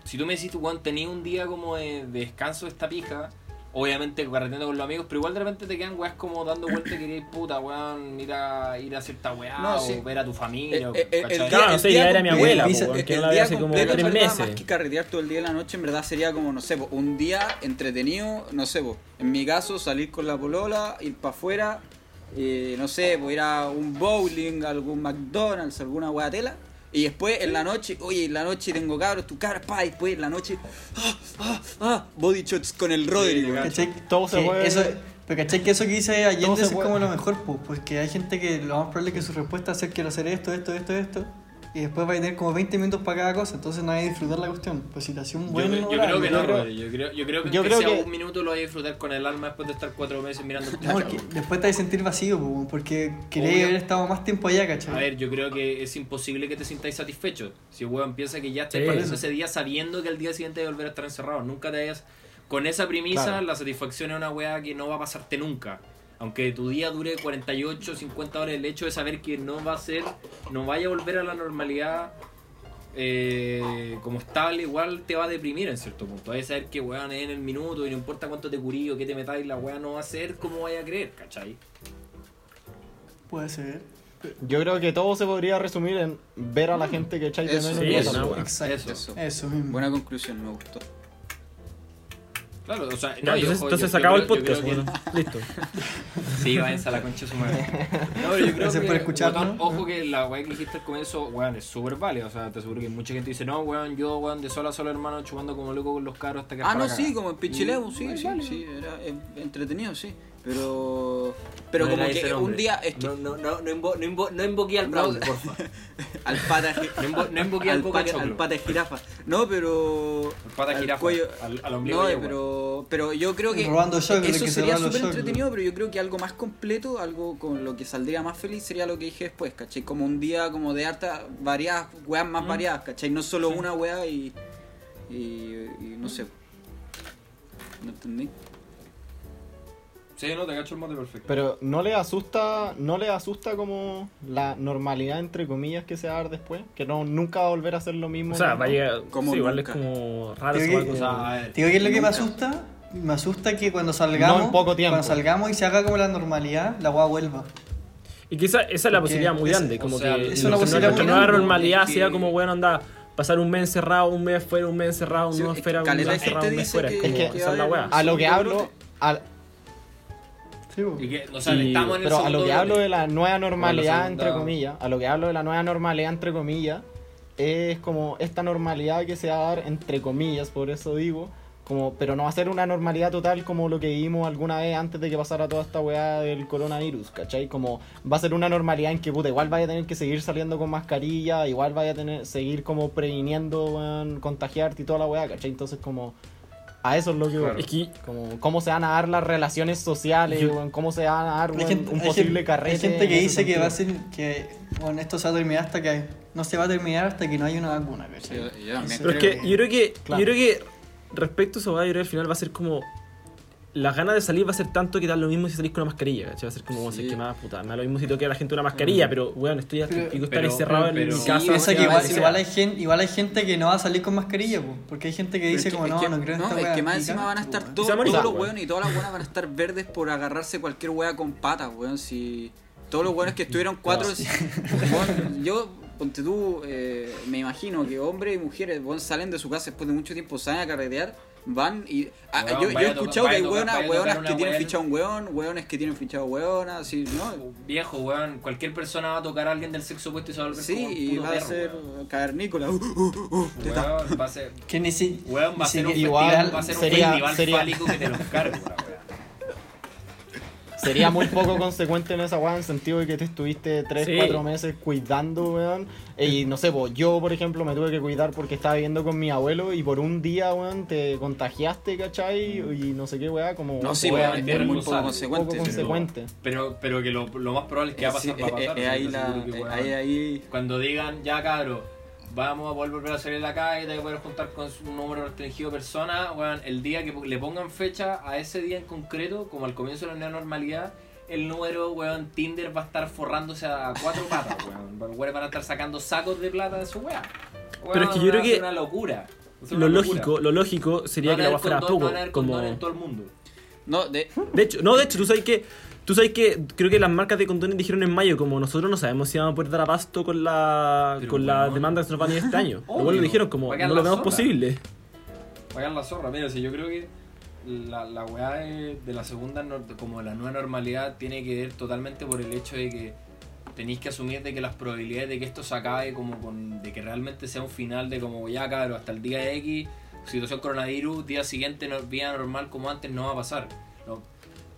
Speaker 3: si tú me decís, weón, tenía un día como de, de descanso de esta pija. Obviamente carreteando con los amigos, pero igual de repente te quedan weas como dando vuelta que queréis puta, weón, ir a, ir a cierta weá
Speaker 1: No,
Speaker 3: o
Speaker 1: sí.
Speaker 3: ver a tu familia. o-
Speaker 1: Eh, eh, el
Speaker 3: ¿cachai?
Speaker 1: día-
Speaker 5: Claro,
Speaker 1: el
Speaker 5: no sé,
Speaker 1: día
Speaker 5: ya era mi
Speaker 1: completo-
Speaker 5: abuela,
Speaker 1: el-
Speaker 5: po,
Speaker 1: el-
Speaker 5: weón, que
Speaker 1: eh, el
Speaker 5: no la
Speaker 1: día
Speaker 5: veía hace como
Speaker 1: completo,
Speaker 5: tres
Speaker 1: en verdad,
Speaker 5: meses.
Speaker 1: Más que carretear todo el día y la noche, en verdad sería como, no sé, po, un día entretenido, no sé, po, en mi caso, salir con la polola, ir para afuera, eh, no sé, po, ir a un bowling, algún McDonald's, alguna guatela. Y después en la noche, oye, en la noche tengo cabros, tu cabra, pa, y después en la noche, ah, ah, ah, body shots con el Rodri, weón.
Speaker 4: ¿Cachai?
Speaker 2: Todo se
Speaker 4: Que
Speaker 2: puede-
Speaker 4: Eso, pero ¿cachai? Que eso que dice
Speaker 2: Todo se
Speaker 4: Allende es
Speaker 2: puede.
Speaker 4: como lo mejor, pues, porque hay gente que lo más probable es que su respuesta es quiero hacer esto, esto, esto, esto. Y después va a tener como 20 minutos para cada cosa, entonces no hay que disfrutar la cuestión. Pues si te hacía un
Speaker 3: Yo,
Speaker 4: buen
Speaker 3: creo- yo
Speaker 4: horario,
Speaker 3: creo que no,
Speaker 4: yo creo-
Speaker 3: Rodri, yo creo, yo creo que
Speaker 2: yo
Speaker 3: aunque
Speaker 2: creo
Speaker 3: sea
Speaker 2: que-
Speaker 3: un minuto lo vas a disfrutar con el alma después de estar cuatro meses mirando el
Speaker 4: No,
Speaker 3: tacho,
Speaker 4: porque
Speaker 3: bo.
Speaker 4: después te vas a sentir vacío, pues, porque quería
Speaker 3: Obvio.
Speaker 4: haber estado más tiempo allá, ¿cachai?
Speaker 3: A ver, yo creo que es imposible que te sintáis satisfecho. Si weón piensa que ya estáis
Speaker 5: Sí.
Speaker 3: partiendo ese día sabiendo que el día siguiente vas a volver a estar encerrado. Nunca te hayas. Con esa premisa,
Speaker 2: Claro.
Speaker 3: la satisfacción es una weá que no va a pasarte nunca. Aunque tu día dure 48, 50 horas, el hecho de saber que no va a ser, no vaya a volver a la normalidad eh, como estable, igual te va a deprimir en cierto punto. Hay que saber que weón es en el minuto y no importa cuánto te curí o qué te metáis, la weá no va a ser como vaya a creer, ¿cachai?
Speaker 4: Puede ser.
Speaker 2: Yo creo que todo se podría resumir en ver a la gente que echáis de
Speaker 1: Eso,
Speaker 2: menos.
Speaker 5: Sí,
Speaker 2: y
Speaker 5: eso,
Speaker 2: cosas.
Speaker 5: no, weón.
Speaker 4: Exacto.
Speaker 3: Eso.
Speaker 4: Eso, mismo.
Speaker 1: Buena conclusión, me gustó.
Speaker 3: Claro, o sea, no, y
Speaker 5: Entonces,
Speaker 3: ojo,
Speaker 5: entonces
Speaker 3: yo-
Speaker 5: se
Speaker 3: yo
Speaker 5: acabó el
Speaker 3: creo- yo
Speaker 5: podcast,
Speaker 3: creo que-
Speaker 5: weón. Listo.
Speaker 3: Sí, váyanse a la concha de su madre. No, pero yo creo
Speaker 4: Gracias
Speaker 3: que,
Speaker 4: por escucharnos.
Speaker 3: weón, ojo que la weá que dijiste al comienzo, weón, es súper válida. O sea, te aseguro que mucha gente dice, no, weón, yo, weón, de sola a sola, hermano, chupando como loco con los caros hasta que
Speaker 1: Ah,
Speaker 3: para
Speaker 1: no,
Speaker 3: cagar".
Speaker 1: sí, como en Pichileu,
Speaker 3: Y-
Speaker 1: sí,
Speaker 3: Ay,
Speaker 1: sí,
Speaker 3: vale.
Speaker 1: sí, era eh, entretenido, sí. Pero, pero
Speaker 3: No
Speaker 1: como
Speaker 3: era
Speaker 1: que
Speaker 3: ese
Speaker 1: un
Speaker 3: nombre.
Speaker 1: día es que
Speaker 3: No, no, no, no, invo- no, invo- no invoqué al
Speaker 1: No.
Speaker 3: fraude, porfa.
Speaker 1: al pata, gi-
Speaker 3: No invo- no invoqué al
Speaker 1: al,
Speaker 3: boca
Speaker 1: pata,
Speaker 3: choclo.
Speaker 1: al pata jirafa. No, pero
Speaker 3: Al pata jirafa, al- al ombligo
Speaker 1: no, eh,
Speaker 3: yegua.
Speaker 1: pero, pero yo creo que
Speaker 4: Robando choclo,
Speaker 1: eso
Speaker 4: que se
Speaker 1: sería
Speaker 4: roban los
Speaker 1: súper
Speaker 4: choclos.
Speaker 1: entretenido, pero yo creo que algo más completo, algo con lo que saldría más feliz sería lo que dije después, ¿cachai? Como un día como de hartas variadas, weas
Speaker 3: Mm.
Speaker 1: más variadas, ¿cachai? No solo una wea y, y, y no sé. ¿No entendí?
Speaker 3: Sí, no, te cacho el mote perfecto.
Speaker 2: Pero no le asusta, no le asusta como la normalidad entre comillas que se va a dar después, que no nunca va a volver a hacer lo mismo.
Speaker 5: O sea,
Speaker 2: ¿no?
Speaker 5: va a llegar.
Speaker 1: Como
Speaker 5: sí, igual es
Speaker 1: nunca.
Speaker 5: como raro.
Speaker 4: Creo
Speaker 5: esa
Speaker 4: que-
Speaker 5: weá,
Speaker 3: O
Speaker 5: como-
Speaker 3: sea, a ver,
Speaker 4: Te digo que es lo que me
Speaker 1: Nunca.
Speaker 4: asusta, Me asusta que cuando salgamos,
Speaker 2: No en poco tiempo.
Speaker 4: cuando salgamos y se haga como la normalidad, la weá vuelva.
Speaker 5: Y quizá esa es la
Speaker 4: Porque
Speaker 5: posibilidad muy
Speaker 4: es-
Speaker 5: grande,
Speaker 3: o
Speaker 5: como
Speaker 3: sea,
Speaker 5: que
Speaker 4: es
Speaker 5: no-
Speaker 4: una
Speaker 5: no-
Speaker 4: posibilidad
Speaker 5: nuestra
Speaker 4: muy
Speaker 5: nueva
Speaker 4: grande,
Speaker 5: normalidad
Speaker 3: es
Speaker 5: sea
Speaker 3: que-
Speaker 5: como, bueno, anda, pasar un mes encerrado, un mes fuera, un mes encerrado, un
Speaker 1: Sí,
Speaker 5: mes
Speaker 1: es que
Speaker 5: fuera, un mes
Speaker 1: caleta de
Speaker 5: encerrado,
Speaker 1: gente
Speaker 5: un mes
Speaker 1: dice
Speaker 5: fuera. Es
Speaker 1: que-
Speaker 5: como,
Speaker 2: que
Speaker 5: esa es la weá.
Speaker 2: A lo que hablo. al-
Speaker 4: Sí, po.
Speaker 3: Y que, o sea,
Speaker 5: Y-
Speaker 3: estamos en el
Speaker 2: pero a lo
Speaker 3: segundo
Speaker 2: que hablo
Speaker 3: bloque.
Speaker 2: de la nueva normalidad,
Speaker 3: segunda-
Speaker 2: entre comillas, a lo que hablo de la nueva normalidad, entre comillas, es como esta normalidad que se va a dar, entre comillas, por eso digo, como, pero no va a ser una normalidad total como lo que vivimos alguna vez antes de que pasara toda esta weá del coronavirus, ¿cachai? Como va a ser una normalidad en que, puta, igual vaya a tener que seguir saliendo con mascarilla, igual vaya a tener, seguir como previniendo, weón, contagiarte y toda la weá, ¿cachai? Entonces, como, a eso es lo que voy.
Speaker 3: Claro.
Speaker 5: Es que
Speaker 2: Como cómo se van a dar las relaciones sociales,
Speaker 5: Yo-
Speaker 2: weón, cómo se van a dar
Speaker 4: Hay
Speaker 2: weón,
Speaker 4: gente-
Speaker 2: un
Speaker 4: hay
Speaker 2: posible
Speaker 4: gente-
Speaker 2: carrete.
Speaker 4: Hay gente que
Speaker 2: en ese
Speaker 4: dice que va a
Speaker 2: sentido.
Speaker 4: ser que bueno, esto se va a terminar hasta que no se va a terminar hasta que no haya una vacuna, ¿cachai?
Speaker 1: Yo- yo también
Speaker 5: Pero es
Speaker 1: creo
Speaker 5: que yo creo que,
Speaker 2: Claro.
Speaker 5: yo creo que respecto a eso, yo creo que al final va a ser como. Las ganas de salir va a ser tanto que da lo mismo si salís con una mascarilla, ¿cachai? Va a ser como,
Speaker 1: Sí.
Speaker 5: se quemaba puta, me da lo mismo si toque a la gente una mascarilla, pero, weón, estoy hasta el
Speaker 4: Pero-
Speaker 5: pico de estar
Speaker 3: pero-
Speaker 5: encerrado en
Speaker 3: pero-
Speaker 5: mi
Speaker 3: Sí,
Speaker 5: casa.
Speaker 4: Piensa
Speaker 5: weón,
Speaker 4: que igual,
Speaker 5: sea.
Speaker 4: igual hay gente, igual hay gente que no va a salir con mascarilla, po, porque hay gente que
Speaker 1: Pero
Speaker 4: dice
Speaker 1: es
Speaker 4: como
Speaker 1: es
Speaker 4: no, no creo en esta
Speaker 1: es
Speaker 4: weá,
Speaker 1: que más
Speaker 4: y
Speaker 1: encima
Speaker 4: caga,
Speaker 1: van a
Speaker 4: po,
Speaker 1: estar
Speaker 4: weón.
Speaker 1: todos,
Speaker 5: se va a morir,
Speaker 1: todos los
Speaker 5: weón.
Speaker 1: hueones y todas las hueonas van a estar verdes por agarrarse cualquier hueá con patas, weón. Si todos los hueones que estuvieron cuatro.
Speaker 5: No.
Speaker 1: weón, yo, ponte tú, eh, me imagino que hombres y mujeres weón, salen de su casa después de mucho tiempo, salen a carretear, van y. ah,
Speaker 3: Weón,
Speaker 1: yo, yo
Speaker 3: vaya
Speaker 1: he
Speaker 3: a tocar-
Speaker 1: escuchado que hay
Speaker 3: vaya a tocar-
Speaker 1: hueonas,
Speaker 3: vaya a
Speaker 1: hueonas
Speaker 3: tocar
Speaker 1: que
Speaker 3: una
Speaker 1: tienen
Speaker 3: hueón.
Speaker 1: fichado a un hueón, hueones que tienen fichado a hueonas, así, ¿no?
Speaker 3: Viejo, weón, cualquier persona va a tocar a alguien del sexo opuesto y se va a volver
Speaker 1: Sí,
Speaker 3: como un
Speaker 1: y
Speaker 3: puto
Speaker 1: va a
Speaker 3: perro,
Speaker 1: ser
Speaker 3: weón.
Speaker 1: cavernícola. Uh, uh, uh, teta.
Speaker 3: Weón, va a ser...
Speaker 4: Que ni si-
Speaker 3: Weón, va a
Speaker 4: ni
Speaker 3: ser un
Speaker 4: siquiera-
Speaker 2: igual
Speaker 3: festival, va a ser un
Speaker 2: sería-
Speaker 3: festival
Speaker 2: sería-
Speaker 3: fálico que te los cargue, la weá.
Speaker 2: Sería muy poco consecuente en esa weá en el sentido de que te estuviste 3,
Speaker 5: Sí.
Speaker 2: 4 meses cuidando, weón. Y no sé, po, yo por ejemplo me tuve que cuidar porque estaba viviendo con mi abuelo y por un día, weón, te contagiaste, ¿cachai? Y no sé qué weá, como
Speaker 1: No, sí,
Speaker 2: weón,
Speaker 1: weón,
Speaker 3: weón,
Speaker 1: es muy
Speaker 3: poco
Speaker 1: poco
Speaker 2: poco
Speaker 1: consecuente.
Speaker 3: conse-
Speaker 2: consecuente.
Speaker 3: Pero, pero que lo, lo más probable es que va a
Speaker 1: Sí,
Speaker 3: pasar, va a
Speaker 1: eh,
Speaker 3: pasar.
Speaker 1: eh,
Speaker 3: sí,
Speaker 1: ahí
Speaker 3: te
Speaker 1: la-
Speaker 3: aseguro que,
Speaker 1: eh,
Speaker 3: weón.
Speaker 1: ahí, ahí.
Speaker 3: Cuando digan, ya cabro, vamos a poder volver a salir a la calle, te voy a poder juntar con un número restringido de personas, weón, el día que le pongan fecha a ese día en concreto, como al comienzo de la nueva normalidad, el número, weón, Tinder va a estar forrándose a cuatro patas, weón. Los weones van a estar sacando sacos de plata de su weá. Weón,
Speaker 5: Pero es que yo creo
Speaker 3: va a ser
Speaker 5: que
Speaker 3: una locura. Va a ser
Speaker 5: Lo
Speaker 3: una
Speaker 5: lógico, lo lógico sería
Speaker 3: locura. No
Speaker 5: que la
Speaker 3: van
Speaker 5: weá
Speaker 3: a haber
Speaker 5: fuera a
Speaker 3: condón- no
Speaker 5: poco.
Speaker 3: van a haber
Speaker 5: como...
Speaker 3: condón en todo el mundo.
Speaker 1: No, de,
Speaker 5: De hecho, no, de hecho, tú sabes que. Tú sabes que. Creo que las marcas de condones dijeron en mayo, como nosotros no sabemos si vamos a poder dar abasto con la.
Speaker 3: Pero,
Speaker 5: con la
Speaker 3: weón.
Speaker 5: demanda que se nos va a venir este año.
Speaker 3: Obvio.
Speaker 5: Luego lo dijeron como
Speaker 3: Va a quedar
Speaker 5: no lo
Speaker 3: la
Speaker 5: vemos
Speaker 3: zorra.
Speaker 5: posible.
Speaker 3: Pagar la zorra, mira, si yo creo que la, la weá de, de la segunda, nor- como la nueva normalidad, tiene que ver totalmente por el hecho de que tenéis que asumir de que las probabilidades de que esto se acabe, como con, de que realmente sea un final de como ya cabrón, hasta el día X, situación coronavirus, día siguiente, no, vida normal como antes, no va a pasar. No.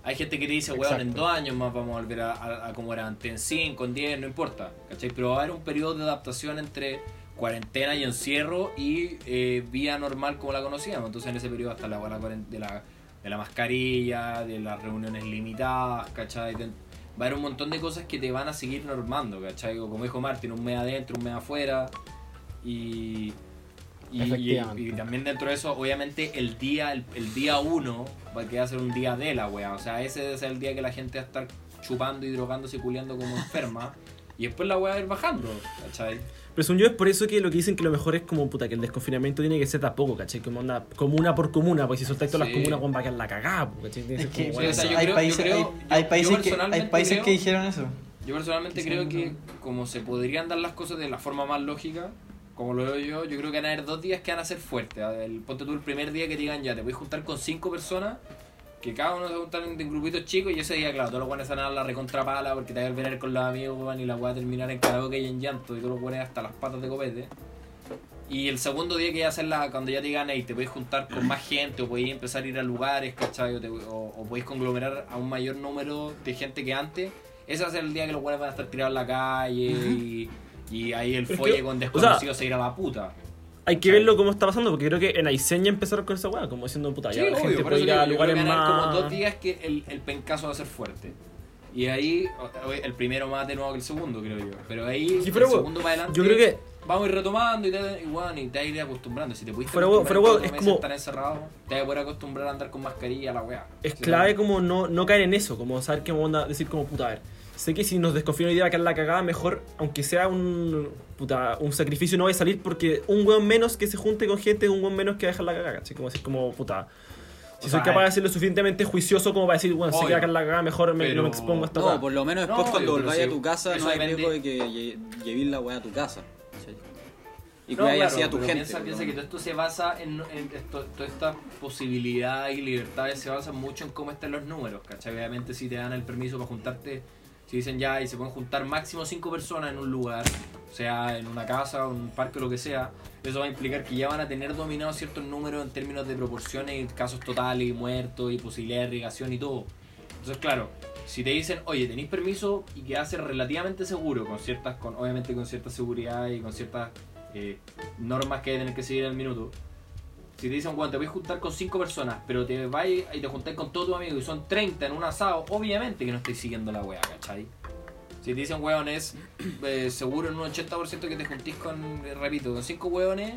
Speaker 3: Hay gente que te dice, weón, en
Speaker 2: Exacto.
Speaker 3: dos años más vamos a volver a, a- a como era antes, en cinco, en diez, no importa, ¿cachai? Pero va a haber un periodo de adaptación entre cuarentena y encierro y eh, vía normal como la conocíamos. Entonces en ese periodo hasta la, la cuaren- de, la, de la mascarilla, de las reuniones limitadas, ¿cachai? Ten- va a haber un montón de cosas que te van a seguir normando, ¿cachai? O Como dijo Martín, un mes adentro, un mes afuera. Y, y, y,
Speaker 2: Efectivamente.
Speaker 3: y también dentro de eso, obviamente el día el, el día uno va a quedar ser un día de la wea. O sea, ese debe ser el día que la gente va a estar chupando y drogándose y culiando como enferma. Y después la wea va a ir bajando, ¿cachai?
Speaker 5: Pero según yo es por eso que lo que dicen que lo mejor es como puta, que el desconfinamiento tiene que ser tampoco, ¿cachai? Como onda, comuna por comuna, porque si soltáis todas
Speaker 3: Sí.
Speaker 5: las comunas, weón, va a quedar la cagada, po, ¿cachai? Tiene
Speaker 4: Es
Speaker 5: ser
Speaker 4: que
Speaker 5: como,
Speaker 3: o sea, yo
Speaker 4: hay
Speaker 3: creo-
Speaker 4: países,
Speaker 3: yo creo-
Speaker 4: hay- hay
Speaker 3: yo
Speaker 4: países que hay
Speaker 3: personalmente
Speaker 4: países
Speaker 3: creo-
Speaker 4: que dijeron eso.
Speaker 3: Yo personalmente
Speaker 4: Sí,
Speaker 3: creo
Speaker 4: no.
Speaker 3: que como se podrían dar las cosas de la forma más lógica, como lo veo yo, yo creo que van a haber dos días que van a ser fuertes. A ver, ponte tú el primer día que te digan ya, te voy a juntar con cinco personas, que cada uno se juntan en en grupitos chicos y ese día, claro, todos los buenos van a dar la recontrapala porque te vas a venir con los amigos weón, y la voy a terminar en karaoke y en llanto y todos los buenos hasta las patas de copete. Y el segundo día que ya hacer la, cuando ya te digan, y te podéis juntar con más gente, o podéis empezar a ir a lugares, ¿cachai? O, te- o- o podéis conglomerar a un mayor número de gente que antes. Ese va a ser el día que los buenos van a estar tirados en la calle y, y ahí el
Speaker 5: Pero es
Speaker 3: folle
Speaker 5: que,
Speaker 3: con
Speaker 5: o sea,
Speaker 3: desconocidos se irá a la puta.
Speaker 5: Hay que verlo cómo está pasando, porque creo que en Aysén ya empezaron con esa weá, como diciendo puta, ya la gente
Speaker 3: por
Speaker 5: puede
Speaker 3: eso
Speaker 5: ir a
Speaker 3: digo, yo creo
Speaker 5: lugares
Speaker 3: que van a haber
Speaker 5: más.
Speaker 3: como dos días que el, el pencaso va a ser fuerte. Y ahí, o- o- el primero más de nuevo que el segundo, creo yo. Pero ahí,
Speaker 5: Si fuera
Speaker 3: el
Speaker 5: huevo,
Speaker 3: segundo para adelante,
Speaker 5: yo creo que-
Speaker 3: vamos a ir retomando y te, y, bueno, y te vas a ir acostumbrando. Si te pudiste
Speaker 5: Fuera huevo,
Speaker 3: acostumbrar
Speaker 5: fuera huevo,
Speaker 3: cuatro
Speaker 5: es
Speaker 3: meses
Speaker 5: como-
Speaker 3: a estar encerrado, te vas a poder acostumbrar a andar con mascarilla, la weá.
Speaker 5: Es
Speaker 3: Sí,
Speaker 5: clave como no, no caer en eso, como saber qué onda, decir como puta, a ver, sé que si nos desconfío hoy día va a quedar la cagada, mejor, aunque sea un puta, un sacrificio, no voy a salir porque un weón menos que se junte con gente es un weón menos que va a dejar la cagada, así como decir como puta, Si
Speaker 3: O
Speaker 5: soy
Speaker 3: sea,
Speaker 5: capaz de ser lo suficientemente juicioso como para decir, bueno, sé
Speaker 3: Obvio.
Speaker 5: que acá en la cagada mejor me, no
Speaker 3: Pero-
Speaker 5: me expongo a esta
Speaker 1: No,
Speaker 5: weá.
Speaker 1: por lo menos
Speaker 3: No,
Speaker 1: después cuando
Speaker 3: yo creo
Speaker 1: volváis
Speaker 3: que
Speaker 1: a tu casa
Speaker 3: eso
Speaker 1: no hay
Speaker 3: depende.
Speaker 1: riesgo de que lle- llevéis la weá a tu casa. ¿cachai? Y
Speaker 3: No,
Speaker 1: cuidáis
Speaker 3: claro,
Speaker 1: así a tu
Speaker 3: pero
Speaker 1: gente.
Speaker 3: Piensa,
Speaker 1: por
Speaker 3: piensa
Speaker 1: lo
Speaker 3: que todo
Speaker 1: menos.
Speaker 3: esto se basa en, en esto- todas estas posibilidades y libertades se basan mucho en cómo están los números, ¿cachai? Obviamente si te dan el permiso para juntarte, si dicen ya y se pueden juntar máximo cinco personas en un lugar, sea en una casa, un parque o lo que sea, eso va a implicar que ya van a tener dominados ciertos números en términos de proporciones y casos totales y muertos y posibilidad de irrigación y todo. Entonces, claro, si te dicen, oye, tenéis permiso y que hace relativamente seguro, con ciertas, con, obviamente con cierta seguridad y con ciertas eh, normas que tener que seguir al minuto. Si te dicen, bueno, te voy a juntar con cinco personas, pero te vas y te juntáis con todos tus amigos y son 30 en un asado, obviamente que no estáis siguiendo la weá, ¿cachai? Si te dicen, weón, es eh, seguro en un 80% que te juntís con, eh, repito, con cinco weones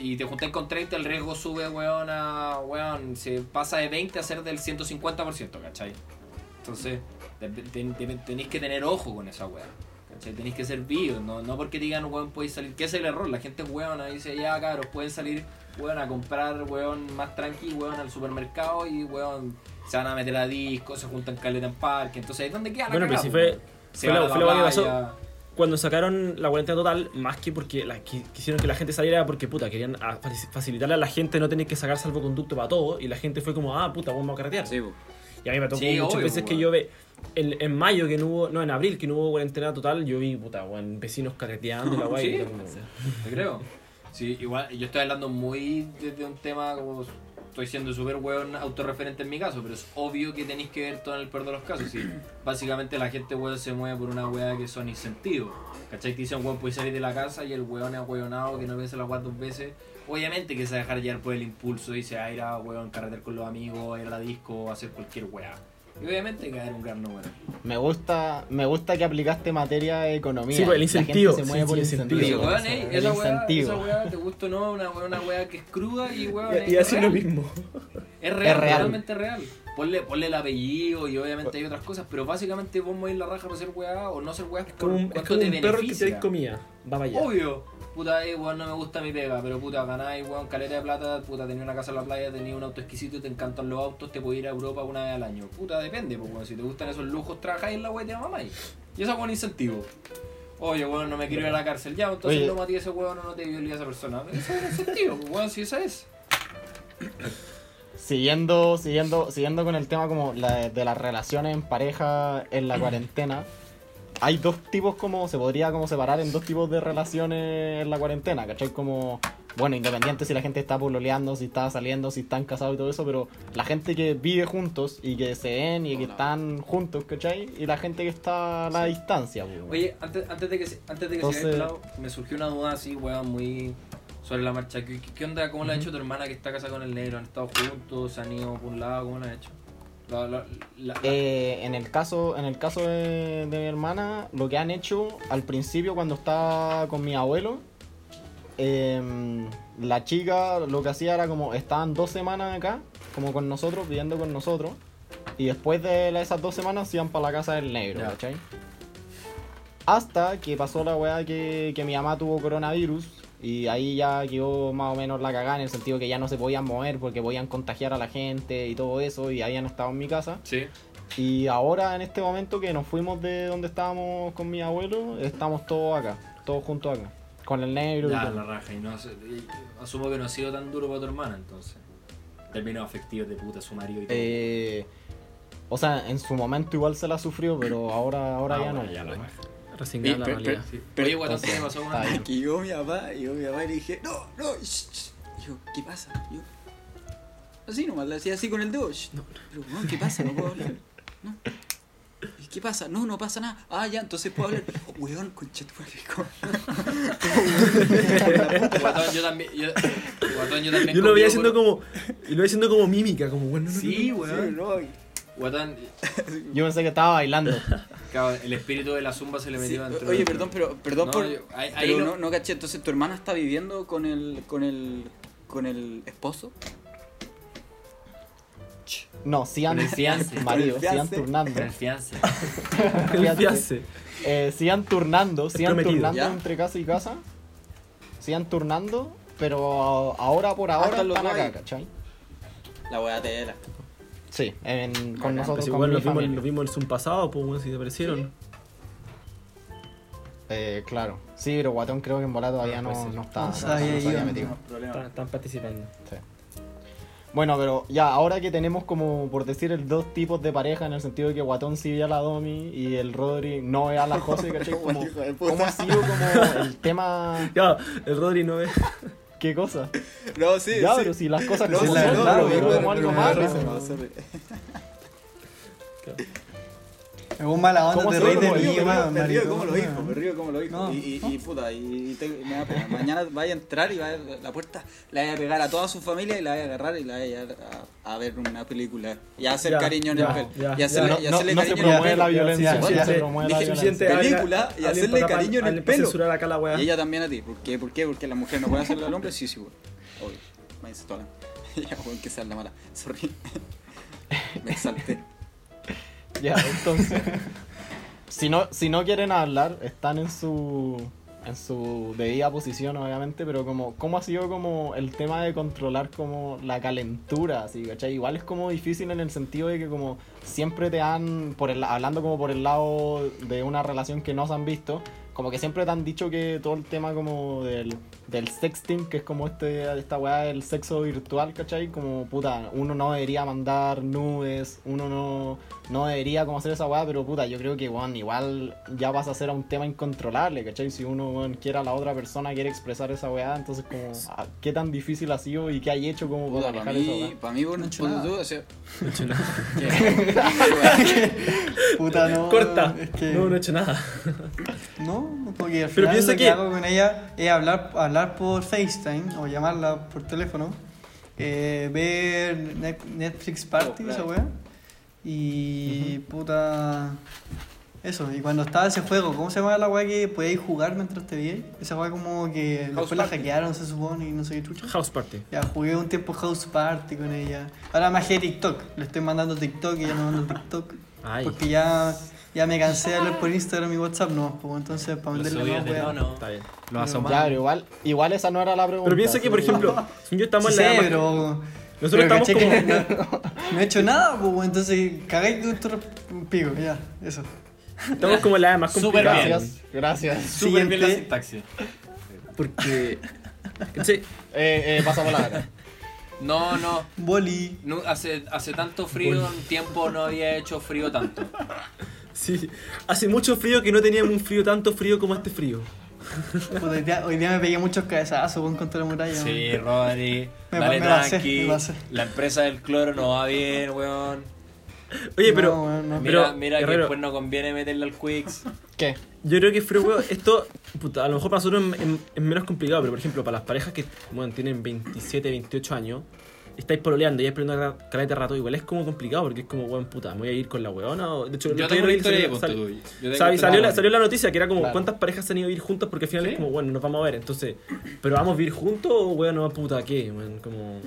Speaker 3: y te juntáis con 30, el riesgo sube, weón, a, weón, se pasa de 20 a ser del 150%, ¿cachai? Entonces, te- te- te- tenéis que tener ojo con esa weá. ¿Cachai? Tenéis que ser vivos, no, no porque digan, weón, podéis salir. ¿Qué es el error? La gente es weona, dice, ya, cabros, pueden salir, weón, a comprar, weón, más tranqui, weón, al supermercado y, weón, se van a meter a disco, se juntan caleta en parque. Entonces, ahí es donde queda la
Speaker 5: Bueno, pero
Speaker 3: cagá,
Speaker 5: si
Speaker 3: po,
Speaker 5: fue-
Speaker 3: weón. Se
Speaker 5: fue
Speaker 3: van
Speaker 5: la-
Speaker 3: a la
Speaker 5: fue la weá que pasó.
Speaker 3: playa.
Speaker 5: Cuando sacaron la cuarentena total, más que porque la, qui- quisieron que la gente saliera, porque puta, querían a- faci- facilitarle a la gente no tener que sacar salvoconducto para todo, y la gente fue como, ah, puta, vamos a carretear.
Speaker 1: Sí, po.
Speaker 5: Y a mí me tocó
Speaker 3: Sí,
Speaker 5: muchas
Speaker 3: obvio, pues,
Speaker 5: veces que
Speaker 3: weón.
Speaker 5: yo ve. En, en mayo que no hubo, no, en abril que no hubo cuarentena total, yo vi, puta, weón, vecinos carreteando y la guay.
Speaker 3: Sí. Te creo. Sí, igual, yo estoy hablando muy desde un tema como. Estoy siendo súper weón autorreferente en mi caso, pero es obvio que tenéis que ver todo en el peor de los casos. sí. Básicamente la gente weón se mueve por una weá que son incentivos. ¿Cachai? Te dicen weón, puedes salir de la casa y el weón es weonado que no piensa la weá dos veces. Obviamente que se va a dejar llevar por el impulso y se va a ir a weón carreter con los amigos, a ir a la disco, a hacer cualquier weá. Y obviamente que va a haber un gran número.
Speaker 2: Me gusta, me gusta que aplicaste materia de economía.
Speaker 5: Sí, pues, el
Speaker 2: La gente
Speaker 5: incentivo.
Speaker 2: se mueve
Speaker 5: Sí,
Speaker 2: por
Speaker 5: sí, el
Speaker 2: incentivo.
Speaker 1: incentivo.
Speaker 2: weón,
Speaker 3: Weón,
Speaker 2: eso,
Speaker 3: ey,
Speaker 2: el
Speaker 3: esa weá, esa
Speaker 2: incentivo.
Speaker 3: weá, te gusta o no, una weá, una weá que es cruda y weón. es real.
Speaker 5: mismo.
Speaker 3: Es real,
Speaker 2: real.
Speaker 3: realmente real. Ponle, ponle el apellido y obviamente hay otras cosas, pero básicamente vos movís la raja por ser weá o no ser weá por
Speaker 5: Como un, es
Speaker 3: cuánto
Speaker 5: como
Speaker 3: te
Speaker 5: un perro que
Speaker 3: beneficia.
Speaker 5: te da comida. Va para allá.
Speaker 3: Obvio. Puta, eh, weón, no me gusta mi pega, pero puta, ganáis, weón, caleta de plata, puta, tenía una casa en la playa, tenía un auto exquisito, te encantan los autos, te puedo ir a Europa una vez al año. Puta, depende, pues, weón, si te gustan esos lujos, trabajáis en la weá y te mamáis. Y eso es un incentivo. Oye, weón, no me quiero ir a la cárcel, ya, entonces
Speaker 2: Oye.
Speaker 3: no maté a ese weón o no te violé a esa persona. Eso es un incentivo, pues, weón, si esa es.
Speaker 2: Siguiendo, siguiendo, siguiendo con el tema como la- de las relaciones en pareja en la cuarentena. Hay dos tipos como, se podría como separar en dos tipos de relaciones en la cuarentena, ¿cachai? Como, bueno, independiente si la gente está pololeando, si está saliendo, si están casados y todo eso, pero la gente que vive juntos y que se ven y que
Speaker 1: Hola.
Speaker 2: están juntos, ¿cachai? Y la gente que está a la distancia, pues, weón.
Speaker 3: Oye, antes, antes de que, se- antes de que
Speaker 2: Entonces-
Speaker 3: siga este lado, me surgió una duda así, weón, muy sobre la marcha. ¿Qué, qué- qué onda? ¿Cómo la ha hecho tu hermana que está casada con el negro? ¿Han estado juntos? ¿Se han ido por un lado? ¿Cómo la ha hecho? La- la- la- la-
Speaker 2: Eh, en el caso, en el caso de, de mi hermana, lo que han hecho al principio cuando estaba con mi abuelo, em, la chica lo que hacía era como estaban dos semanas acá, como con nosotros, viviendo con nosotros, y después de la- esas dos semanas se iban para la casa del negro,
Speaker 3: Ya.
Speaker 2: ¿cachai? Hasta que pasó la weá que, que mi mamá tuvo coronavirus y ahí ya quedó más o menos la cagada en el sentido que ya no se podían mover porque podían contagiar a la gente y todo eso y habían estado en mi casa.
Speaker 3: Sí.
Speaker 2: Y ahora en este momento que nos fuimos de donde estábamos con mi abuelo, estamos todos acá, todos juntos acá. Con el negro y
Speaker 3: Ya,
Speaker 2: todo.
Speaker 3: la raja. Y no, hace- y asumo que no ha sido tan duro para tu hermana, entonces. Términos afectivos de puta, su marido y todo.
Speaker 2: Eh, o sea, en su momento igual se la sufrió, pero ahora, ahora
Speaker 3: Ah,
Speaker 2: ya
Speaker 3: bueno,
Speaker 2: no.
Speaker 3: ya la
Speaker 2: pues.
Speaker 3: raja.
Speaker 5: Resignar
Speaker 1: Y
Speaker 5: la
Speaker 1: per-
Speaker 5: realidad.
Speaker 3: Sí.
Speaker 1: Pero-
Speaker 3: Oye, guatón, ¿qué le pasó,
Speaker 2: está bien.
Speaker 3: weón?
Speaker 1: Que llegó mi papá, llegó mi papá y le dije, no, no, shh, shh". Y yo, ¿qué pasa? Y yo, así nomás, le hacía así con el dedo, "Shh". pero no, ¿qué pasa? No puedo hablar, no. "¿Y ¿Qué pasa? No, no pasa nada. Ah, ya, entonces puedo hablar. Oh, weón, concha tu madre, ¿cómo?
Speaker 3: Guatón, yo también. Yo, guatón, yo también.
Speaker 5: Yo lo
Speaker 3: convivo
Speaker 5: veía haciendo
Speaker 3: con-
Speaker 5: como. Y lo veía haciendo como mímica, como bueno. no, no,
Speaker 3: Sí,
Speaker 5: no.
Speaker 1: Sí,
Speaker 3: weón.
Speaker 1: no,
Speaker 3: Guatón,
Speaker 2: Yo pensé que estaba bailando.
Speaker 3: cabrón, el espíritu de la zumba se le
Speaker 1: sí.
Speaker 3: metió dentro.
Speaker 1: Oye,
Speaker 3: del-
Speaker 1: perdón, pero, perdón
Speaker 3: No,
Speaker 1: por,
Speaker 3: yo- ahí- ahí
Speaker 1: pero
Speaker 3: no-
Speaker 1: no, no caché, entonces tu hermana está viviendo con el, con el, con el esposo.
Speaker 2: No, sí
Speaker 3: Con
Speaker 2: han
Speaker 3: el fiance.
Speaker 2: marido,
Speaker 1: Con el
Speaker 2: sigan
Speaker 1: fiance.
Speaker 2: turnando.
Speaker 3: Confianza.
Speaker 5: ¿Qué
Speaker 2: Fíjate.
Speaker 5: hace?
Speaker 2: Eh, sigan turnando, sigan
Speaker 5: prometido,
Speaker 2: turnando
Speaker 1: ¿ya?
Speaker 2: entre casa y casa. Sigan turnando, pero ahora por ahora
Speaker 1: están los
Speaker 2: están
Speaker 1: dos
Speaker 2: acá,
Speaker 1: ahí.
Speaker 2: ¿cachai?
Speaker 1: La weá te era.
Speaker 2: Sí, en- con
Speaker 5: Bacán,
Speaker 2: nosotros.
Speaker 5: pues
Speaker 2: con
Speaker 5: igual
Speaker 2: mi
Speaker 5: lo vimos,
Speaker 2: familia.
Speaker 5: lo vimos el Zoom pasado, pues bueno, si te aparecieron.
Speaker 2: Eh, claro. Sí, pero Guatón creo que en volada todavía
Speaker 5: Ah,
Speaker 2: no,
Speaker 1: pues
Speaker 5: puede ser.
Speaker 2: no estaba.
Speaker 4: No
Speaker 2: no
Speaker 4: se
Speaker 2: estaba-
Speaker 4: había
Speaker 2: no se
Speaker 4: ido,
Speaker 2: había metido.
Speaker 1: No, problema.
Speaker 5: Están, están participando.
Speaker 2: Sí. Bueno, pero ya, ahora que tenemos como, por decir, el dos tipos de pareja, en el sentido de que Guatón sí ve a la Domi y el Rodri no ve a la José, ¿cachai?
Speaker 1: Como
Speaker 2: Como,
Speaker 1: hijo de puta.
Speaker 2: ¿Cómo ha sido como el tema?
Speaker 5: Ya, el Rodri no ve.
Speaker 2: ¿Qué cosa?
Speaker 1: No, sí,
Speaker 2: ya,
Speaker 1: sí.
Speaker 2: pero si las cosas
Speaker 1: No,
Speaker 2: como
Speaker 1: sí,
Speaker 4: es
Speaker 2: son,
Speaker 4: la verdad,
Speaker 2: pero
Speaker 4: güey,
Speaker 2: es
Speaker 1: pero-
Speaker 2: como algo
Speaker 1: pero-
Speaker 2: más,
Speaker 1: pero-
Speaker 2: dicen.
Speaker 1: no, sorry.
Speaker 4: Algún mala
Speaker 2: ¿Cómo
Speaker 4: onda te
Speaker 2: se
Speaker 4: reís
Speaker 2: llama?
Speaker 4: de
Speaker 1: Me
Speaker 4: mí,
Speaker 1: río,
Speaker 4: weón.
Speaker 1: me río como lo
Speaker 4: maricón,
Speaker 1: dijo, me
Speaker 4: weón.
Speaker 1: río como lo dijo.
Speaker 4: No,
Speaker 1: Y, y- y puta, y te- me da pena. Mañana vaya a entrar y va a la puerta, la voy a pegar a toda su familia y la voy a agarrar y la voy a llevar a, a ver una película. Y a hacer
Speaker 5: Ya,
Speaker 1: cariño en el
Speaker 5: ya,
Speaker 1: pelo.
Speaker 5: ya,
Speaker 1: y
Speaker 5: ya.
Speaker 1: hacerle, y
Speaker 2: No,
Speaker 1: hacerle
Speaker 2: no se
Speaker 1: cariño en el
Speaker 2: promueve la
Speaker 1: pelo.
Speaker 2: violencia.
Speaker 1: sí,
Speaker 2: no
Speaker 1: sí.
Speaker 2: se promueve la
Speaker 1: Dije,
Speaker 2: violencia.
Speaker 1: suficiente. película y hacerle cariño en el pelo.
Speaker 5: censurar acá la weá.
Speaker 1: Y ella también a ti. ¿Por qué? ¿Por qué? Porque la mujer no puede hacerlo al hombre. Sí, sí, güey. Obvio. Me dice toda la... Ya, güey, que sea la mala. Sorry. Me exalté.
Speaker 2: Ya, entonces. si, no, si no quieren hablar, están en su. en su debida posición, obviamente, pero como. ¿Cómo ha sido como el tema de controlar como la calentura? Así, ¿cachai? Igual es como difícil en el sentido de que como siempre te han. Por el, hablando como por el lado de una relación que no se han visto. Como que siempre te han dicho que todo el tema como del, del sexting, que es como este, esta weá del sexo virtual, ¿cachai? Como puta, uno no debería mandar nubes, uno no, no debería como hacer esa weá, pero puta, yo creo que weón, igual ya vas a ser a un tema incontrolable, ¿cachai? Si uno weón, quiere a la otra persona, quiere expresar esa weá, entonces como ah, qué tan difícil ha sido y qué hay hecho como
Speaker 1: Puta, para
Speaker 2: para manejar esa
Speaker 1: mí,
Speaker 2: weá.
Speaker 1: para mí, bueno,
Speaker 4: No he hecho
Speaker 1: ponte
Speaker 4: nada.
Speaker 1: tú, Pues, o sea...
Speaker 4: Puta, no.
Speaker 5: Corta.
Speaker 4: Es que.
Speaker 5: No, no he hecho nada.
Speaker 4: No, porque al
Speaker 5: Pero
Speaker 4: final
Speaker 5: piensa
Speaker 4: lo que,
Speaker 5: que-
Speaker 4: hago con ella es hablar, hablar por FaceTime o llamarla por teléfono, eh, ver Net- Netflix Party,
Speaker 1: Oh, claro.
Speaker 4: esa weá, y puta... Eso, y cuando estaba ese juego, ¿cómo se llama la weá que podíais jugar mientras te veíais? Esa weá como que después la
Speaker 1: Party.
Speaker 4: hackearon, se supone, y no sé qué chucha.
Speaker 5: House Party.
Speaker 4: Ya, jugué un tiempo House Party con ella. Ahora más que TikTok. Le estoy mandando TikTok y ella me manda TikTok.
Speaker 5: Ay.
Speaker 4: Porque ya, ya me cansé de hablar por Instagram y WhatsApp, no. Pues entonces, para
Speaker 5: Lo
Speaker 4: venderle
Speaker 5: subías
Speaker 4: más,
Speaker 5: de-
Speaker 4: weón.
Speaker 3: no.
Speaker 5: Está bien.
Speaker 3: Lo has
Speaker 2: Ya, pero igual, igual esa no era la pregunta.
Speaker 5: Pero piensa que, por
Speaker 2: sí.
Speaker 5: ejemplo, si yo estamos
Speaker 4: Sí,
Speaker 5: en la. edad más-
Speaker 4: pero.
Speaker 5: Nosotros
Speaker 4: pero
Speaker 5: estamos
Speaker 4: caché que
Speaker 5: como-
Speaker 4: No, no he hecho nada, pues weón. Entonces, cagáis de otro pico, ya, eso.
Speaker 5: Estamos como en la edad más
Speaker 3: Súper
Speaker 5: complicada.
Speaker 2: Gracias, gracias.
Speaker 3: Súper bien la
Speaker 4: Siguiente.
Speaker 3: sintaxis.
Speaker 5: Porque. ¿Cachai?
Speaker 2: Eh, eh, pasamos la cara.
Speaker 3: No, no.
Speaker 4: Boli.
Speaker 3: no, hace, hace tanto frío, un tiempo no había hecho frío tanto.
Speaker 5: Sí. Hace mucho frío que no teníamos un frío tanto frío como este frío.
Speaker 4: Puta, hoy, día, hoy día me pegué muchos cabezazos, weón, contra la muralla.
Speaker 3: Sí, Rodri.
Speaker 4: Me
Speaker 3: dale
Speaker 4: pa- me pasé,
Speaker 3: tranqui.
Speaker 4: me pasé.
Speaker 3: La empresa del cloro no va bien, weón.
Speaker 5: Oye,
Speaker 4: No,
Speaker 5: pero.
Speaker 4: weón, no.
Speaker 3: Mira,
Speaker 5: Pero,
Speaker 3: mira que
Speaker 5: Guerrero.
Speaker 3: después no conviene meterle al Quicks.
Speaker 2: ¿Qué?
Speaker 5: Yo creo que frío, weón, esto, puta, a lo mejor para nosotros es- es- es menos complicado, pero por ejemplo, para las parejas que bueno, tienen 27, 28 años, estáis pololeando y estáis perdiendo caleta de rato, igual es como complicado porque es como, weón, puta, me voy a ir con la weona. O, de hecho, el
Speaker 3: Yo
Speaker 5: otro
Speaker 3: tengo una
Speaker 5: día
Speaker 3: historia de
Speaker 5: salió-
Speaker 3: ponte
Speaker 5: sal-
Speaker 3: tú. Yo tengo
Speaker 5: sabe,
Speaker 3: historia
Speaker 5: salió,
Speaker 3: de
Speaker 5: la,
Speaker 3: ponte tú.
Speaker 5: salió la noticia que era como
Speaker 2: Claro.
Speaker 5: cuántas parejas se han ido a vivir juntas porque al final
Speaker 3: Sí.
Speaker 5: es como, bueno, nos vamos a ver. Entonces, pero vamos a vivir juntos o weón, no, puta, ¿qué? weón? como...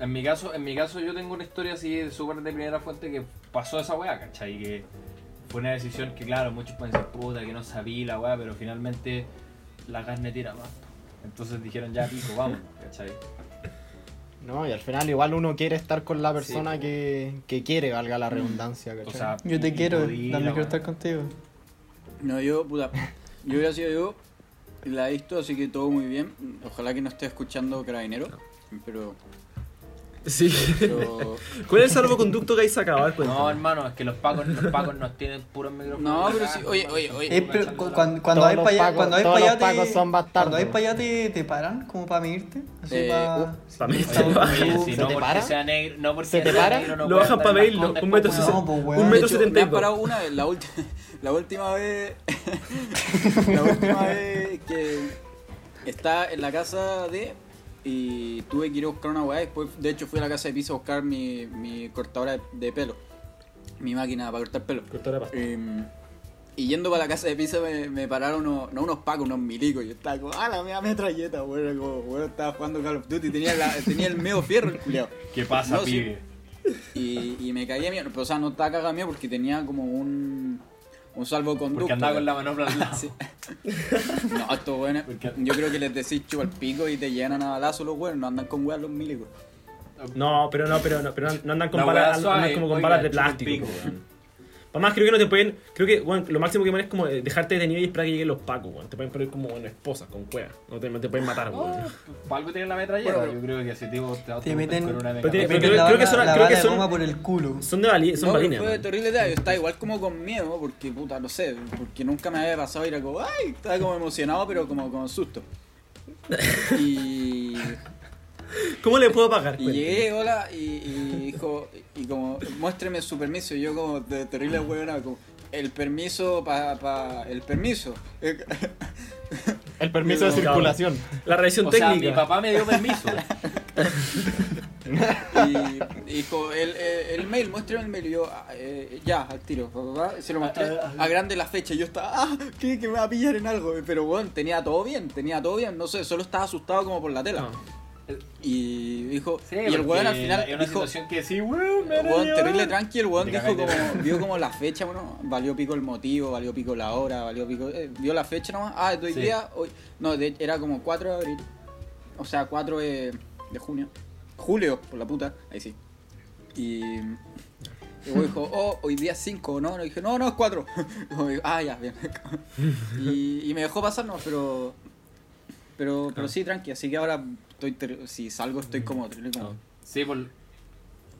Speaker 3: En mi caso, en mi caso yo tengo una historia así de súper de primera fuente que pasó esa weá, ¿cachai? Que fue una decisión que claro, muchos pueden decir puta, que no sabía la weá, pero finalmente la carne tira más. Entonces dijeron ya pico, vamos, ¿cachai?
Speaker 2: No, y al final igual uno quiere estar con la persona que, que quiere, valga la redundancia,
Speaker 3: O
Speaker 2: ¿cachai?
Speaker 3: sea,
Speaker 4: Yo
Speaker 3: y-
Speaker 4: te
Speaker 3: y
Speaker 4: quiero,
Speaker 3: podí la
Speaker 4: también quiero
Speaker 3: weá.
Speaker 4: estar contigo.
Speaker 1: No, yo, puta. Yo hubiera sido yo. La he visto, así que todo muy bien. Ojalá que no esté escuchando Carabinero. Pero.
Speaker 5: Sí.
Speaker 1: pero-
Speaker 5: ¿Cuál es el salvoconducto que hay sacado? A ver, cuéntame.
Speaker 3: No, hermano, es que los pacos, los pacos nos tienen puros micrófonos.
Speaker 1: No,
Speaker 3: acá,
Speaker 1: pero sí. Oye, oye,
Speaker 4: Eh,
Speaker 1: oye.
Speaker 4: pero
Speaker 3: Cachando
Speaker 4: cu-
Speaker 3: la-
Speaker 4: cuando, cuando
Speaker 2: Todos
Speaker 4: hay
Speaker 2: los
Speaker 4: para allá,
Speaker 2: pacos-
Speaker 4: cuando hay
Speaker 2: todos
Speaker 4: pa' allá
Speaker 2: los pacos
Speaker 4: te,
Speaker 2: son bastardos.
Speaker 4: Cuando hay para allá te, te paran como para medirte. Así
Speaker 1: Eh,
Speaker 4: pa-
Speaker 1: uh,
Speaker 5: Pa'
Speaker 4: sí,
Speaker 5: medirte,
Speaker 4: pa-
Speaker 5: pa-
Speaker 3: Oye, si
Speaker 2: ¿Se
Speaker 3: no
Speaker 2: te
Speaker 3: porque
Speaker 2: para?
Speaker 3: sea negro, no porque
Speaker 2: ¿Se te
Speaker 3: sea
Speaker 2: para?
Speaker 3: negro, no
Speaker 5: Lo
Speaker 3: puede
Speaker 5: bajan
Speaker 3: andar
Speaker 5: pa'
Speaker 3: en
Speaker 5: mail, ¿no?
Speaker 3: balcón
Speaker 5: Un
Speaker 3: después,
Speaker 5: metro
Speaker 3: weón.
Speaker 5: sesenta.
Speaker 4: No, pues,
Speaker 5: Un
Speaker 4: weón.
Speaker 1: De
Speaker 5: metro
Speaker 1: hecho, me
Speaker 5: setenta y
Speaker 1: han parado
Speaker 5: dos.
Speaker 1: una vez. La, ulti- la última vez. la última vez que. Estaba en la casa de. Y tuve que ir a buscar una weá. Después, de hecho, fui a la casa de piso a buscar mi, mi cortadora de pelo. Mi máquina para cortar pelo.
Speaker 5: Cortó la pasta.
Speaker 1: Em, y yendo para la casa de pizza me, me pararon unos, no unos pacos, unos milicos. Yo estaba como, ah, la mea metralleta, weón. Era Como, weón, estaba jugando Call of Duty, tenía, la, tenía el medio fierro el culiao.
Speaker 3: ¿Qué pasa,
Speaker 1: No, sí.
Speaker 3: pibe?
Speaker 1: Y, y me cagué mío, pero o sea, no estaba cagada mío porque tenía como un, un salvoconducto.
Speaker 3: Porque andaba con
Speaker 1: weón.
Speaker 3: la manopla al lado.
Speaker 1: Sí. No, estos weones,
Speaker 3: Porque-
Speaker 1: yo creo que les decís chupa el pico y te llenan a balazo los weones, no andan con weas los milicos.
Speaker 5: No, pero no, pero no, pero no- no andan con
Speaker 3: La
Speaker 5: balas,
Speaker 3: weá
Speaker 5: andan
Speaker 3: suave,
Speaker 5: como con
Speaker 3: oiga,
Speaker 5: balas de
Speaker 3: chupa el
Speaker 5: plástico.
Speaker 3: pico.
Speaker 5: po, weón. Además, creo que no te pueden. Creo que weón, lo máximo que pueden es como eh, dejarte detenido y esperar que lleguen los pacos, weón. Te pueden poner como en esposas, con cuevas. No te, no te pueden matar, weón.
Speaker 3: Ah. Para algo tienen la metralleta. yo creo que ese tipo te va a
Speaker 4: Te
Speaker 3: apuntar
Speaker 4: meten-
Speaker 3: con una
Speaker 5: Pero
Speaker 3: meca-
Speaker 5: tiene-
Speaker 4: Te
Speaker 5: pero
Speaker 4: meten
Speaker 5: creo-
Speaker 4: la
Speaker 5: creo que
Speaker 4: bala-
Speaker 5: son-
Speaker 4: la
Speaker 5: creo que
Speaker 4: bala de
Speaker 5: son-
Speaker 4: goma por el culo.
Speaker 5: Son de bali- son
Speaker 1: No,
Speaker 5: balines.
Speaker 1: fue
Speaker 5: weón.
Speaker 1: terrible talla. Yo estaba igual como con miedo, porque puta, no sé, porque nunca me había pasado y era como, ay, estaba como emocionado, pero como con susto. Y,
Speaker 5: ¿Cómo le puedo pagar? pues?
Speaker 1: y
Speaker 5: Cuéntame.
Speaker 1: llegué, hola, y, y dijo, y como, muéstreme su permiso. Y yo, como, de terrible huevona, como, el permiso para. el permiso.
Speaker 2: El permiso de
Speaker 5: No,
Speaker 2: circulación.
Speaker 5: La revisión
Speaker 3: O sea,
Speaker 5: técnica.
Speaker 3: mi papá me dio permiso.
Speaker 1: Y dijo, el, el- el mail, muéstrame el mail. Y yo, "Ah, eh, ya, al tiro. pa, pa, pa". Se lo mostré a grande la fecha. Y yo estaba, ah, que, que me va a pillar en algo. Pero bueno, tenía todo bien, tenía todo bien. No sé, solo estaba asustado como por la tela.
Speaker 5: No.
Speaker 1: Y dijo,
Speaker 3: Sí,
Speaker 1: y el weón al
Speaker 3: porque
Speaker 1: final
Speaker 3: Es una
Speaker 1: dijo,
Speaker 3: situación que sí, weón, me
Speaker 1: weón,
Speaker 3: la
Speaker 1: terrible tranqui. El weón
Speaker 3: Te
Speaker 1: dijo
Speaker 3: cagáis de
Speaker 1: como, vio como la fecha, bueno, valió pico el motivo, valió pico la hora, valió pico, eh, vio la fecha nomás. Ah, de hoy
Speaker 3: Sí.
Speaker 1: día, hoy, no, de- era como 4 de abril. O sea, 4 de, de junio. Julio, por la puta. Ahí sí. Y. Y luego dijo, oh, hoy día es 5, ¿no? Y dije, no, no, es 4. ah, ya, bien. y, y me dejó pasarnos, pero. Pero, pero sí, tranqui. Así que ahora, estoy ter- si salgo, estoy como. terrible como-
Speaker 5: Ah.
Speaker 3: Sí, por.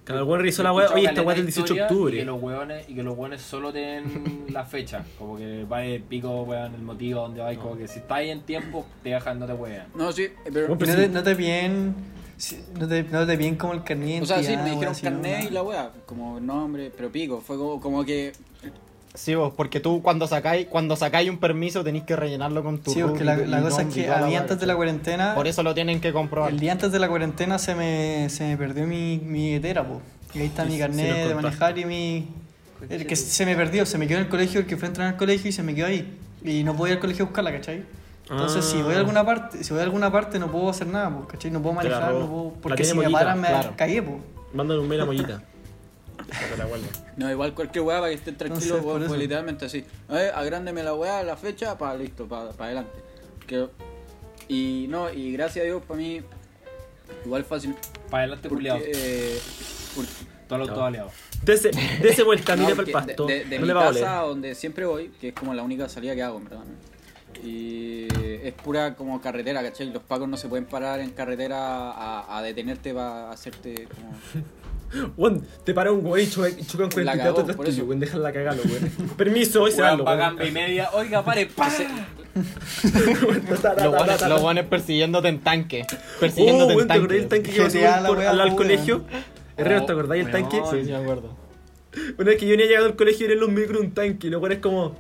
Speaker 5: Claro, el weón revisó la
Speaker 3: he
Speaker 5: weá.
Speaker 3: escuchado
Speaker 5: Oye, esta weá
Speaker 3: caleta
Speaker 5: es del
Speaker 3: de
Speaker 5: 18 de
Speaker 3: historias Y
Speaker 5: octubre.
Speaker 3: que los weones, y que los weones solo tienen la fecha. Como que va el pico, weón, el motivo, donde vais. Como que si estáis en tiempo, te dejan, no te wean.
Speaker 1: No, sí, pero.
Speaker 5: Bueno,
Speaker 4: No
Speaker 5: Pero
Speaker 4: te,
Speaker 5: sí.
Speaker 4: no te piden. si- No te, no te piden como el carnet. de
Speaker 1: O sea, sí,
Speaker 4: identidad,
Speaker 1: me
Speaker 4: ah, weón,
Speaker 1: dijeron
Speaker 4: si no,
Speaker 1: carnet
Speaker 4: nada.
Speaker 1: y la wea, como nombre, pero pico, fue como, como que...
Speaker 2: Sí, vos, porque tú cuando sacáis, cuando sacáis un permiso tenéis que rellenarlo con tu
Speaker 4: Sí, porque
Speaker 2: RUT
Speaker 4: la,
Speaker 2: y- y
Speaker 4: la cosa es
Speaker 2: nombre y
Speaker 4: que
Speaker 2: toda
Speaker 4: a
Speaker 2: la
Speaker 4: mí
Speaker 2: weá,
Speaker 4: antes de la
Speaker 2: ¿cachai?
Speaker 4: cuarentena.
Speaker 2: Por eso lo tienen que comprobar.
Speaker 4: El día antes de la cuarentena se me, se me perdió mi, mi billetera, po. Y ahí está
Speaker 5: Y
Speaker 4: mi
Speaker 5: se
Speaker 4: carnet
Speaker 5: lo
Speaker 4: de
Speaker 5: contaste.
Speaker 4: manejar y mi. El que se me perdió, se me quedó en el colegio, el que fue a entrenar al colegio y se me quedó ahí. Y no puedo ir al colegio a buscarla, ¿cachai? Entonces,
Speaker 5: Ah.
Speaker 4: si voy a alguna parte, si voy a alguna parte no puedo hacer nada, po, ¿cachai? No puedo
Speaker 5: Te la
Speaker 4: manejar,
Speaker 5: robó.
Speaker 4: no puedo.
Speaker 5: La
Speaker 4: Porque
Speaker 5: tiene
Speaker 4: si me
Speaker 5: mollita,
Speaker 4: paran me
Speaker 5: claro.
Speaker 4: cagué, po.
Speaker 5: Mándale un mail a Mollita. Para que la vuelva.
Speaker 1: No, igual cualquier wea para que estén
Speaker 4: sé,
Speaker 1: tranquilos,
Speaker 4: por
Speaker 1: weón, fue
Speaker 4: eso.
Speaker 1: literalmente así. A ver, agrándeme la wea, la fecha, para listo, para adelante. Que- y no, y gracias a Dios, para mí, igual fácil.
Speaker 5: Este
Speaker 3: Para adelante,
Speaker 1: Porque,
Speaker 3: culiado.
Speaker 1: eh, porque-
Speaker 3: Todo los
Speaker 5: No.
Speaker 3: todo aliado.
Speaker 5: Dese, dese vuelta,
Speaker 1: no,
Speaker 5: mira para
Speaker 1: porque
Speaker 5: el pasto.
Speaker 1: de, de- de
Speaker 5: no
Speaker 1: mi
Speaker 5: le va a
Speaker 1: casa
Speaker 5: oler.
Speaker 1: donde siempre voy, que es como la única salida que hago, en verdad. ¿no? Y es pura como carretera, ¿cachai? Los pacos no se pueden parar en carretera a, a detenerte para hacerte como...
Speaker 5: Weón, te para un weón y choca- y chocan con el
Speaker 1: La
Speaker 5: picado
Speaker 1: cagó,
Speaker 5: atrás
Speaker 1: por
Speaker 5: tuyo,
Speaker 1: eso.
Speaker 5: weón. Déjala cagarlo, weón. Permiso, hoy se va
Speaker 3: Weón,
Speaker 5: lo
Speaker 3: pa' gamba y media. Oiga, pare, pase.
Speaker 2: Los guanes- Los guanes persiguiéndote en tanque.
Speaker 5: Oh,
Speaker 2: Persiguiéndote
Speaker 5: weón,
Speaker 2: en
Speaker 5: ¿te acordás
Speaker 2: tanque.
Speaker 5: del tanque que
Speaker 4: GTA
Speaker 5: pasó por-
Speaker 4: la
Speaker 5: por-
Speaker 4: wea,
Speaker 5: al lado del
Speaker 4: weón.
Speaker 5: colegio? Herrero,
Speaker 3: Oh,
Speaker 5: ¿te acordás del
Speaker 3: weón.
Speaker 5: tanque?
Speaker 2: Sí, sí, me acuerdo.
Speaker 5: Una vez que yo venía llegando al colegio, era en los micro un tanque. Y luego eres como.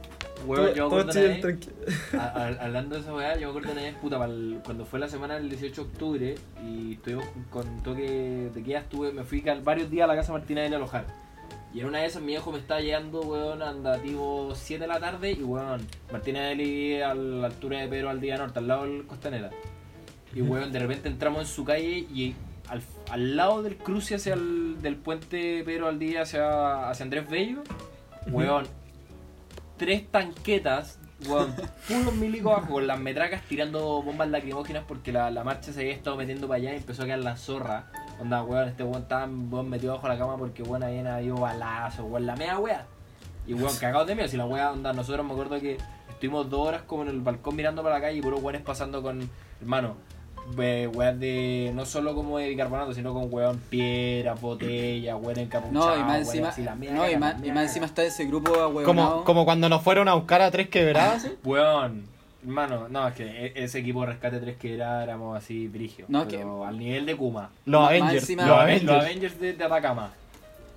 Speaker 3: Weón, yo me
Speaker 5: Todos
Speaker 3: acuerdo una
Speaker 5: chillen
Speaker 3: vez-
Speaker 5: tranqui.
Speaker 3: a- a- Hablando de esa weá, yo me acuerdo una vez, puta, pa'l- cuando fue la semana del 18 de octubre y estuvimos con toque de queda, estuve, me fui cal- varios días a la casa Martina de alojar. Y en una de esas mi hijo me estaba llegando, weón, anda tipo 7 de la tarde y weón, Martina de Eli a la altura de Pedro al día norte, al lado del Costanera. Y weón, de repente entramos en su calle y al, al lado del cruce hacia el del puente Pedro al día hacia, hacia Andrés Bello, weón, tres tanquetas, weón, puros milicos abajo con las metracas tirando bombas lacrimógenas porque la, la marcha se había estado metiendo para allá y empezó a quedar la zorra. Onda, weón, este weón estaba weón, metido bajo la cama porque weón habían habido balazos, weón, la mea weá. Y weón, cagados de miedo, si la weá, onda, nosotros me acuerdo que estuvimos dos horas como en el balcón mirando para la calle y puros weones pasando con, hermano, we- weas de, no solo como de bicarbonato, sino con weón piedras, botellas, weón encapuchados,
Speaker 1: No, y más encima,
Speaker 3: weón, así, la mea
Speaker 1: no, y
Speaker 3: caga,
Speaker 1: más,
Speaker 3: la
Speaker 1: y
Speaker 3: mea
Speaker 1: más
Speaker 3: caga.
Speaker 1: encima está ese grupo
Speaker 2: Como,
Speaker 1: ahueonado.
Speaker 2: como cuando nos fueron a buscar a tres quebradas.
Speaker 3: Weón, hermano, no, es que e- ese equipo de rescate 3 que era, éramos así, brigio.
Speaker 1: No,
Speaker 3: pero al nivel de Kuma.
Speaker 2: Los
Speaker 1: Más
Speaker 2: Avengers.
Speaker 1: encima-
Speaker 2: Los
Speaker 1: Los
Speaker 3: Los
Speaker 2: Avengers.
Speaker 3: Avengers de, de Atacama.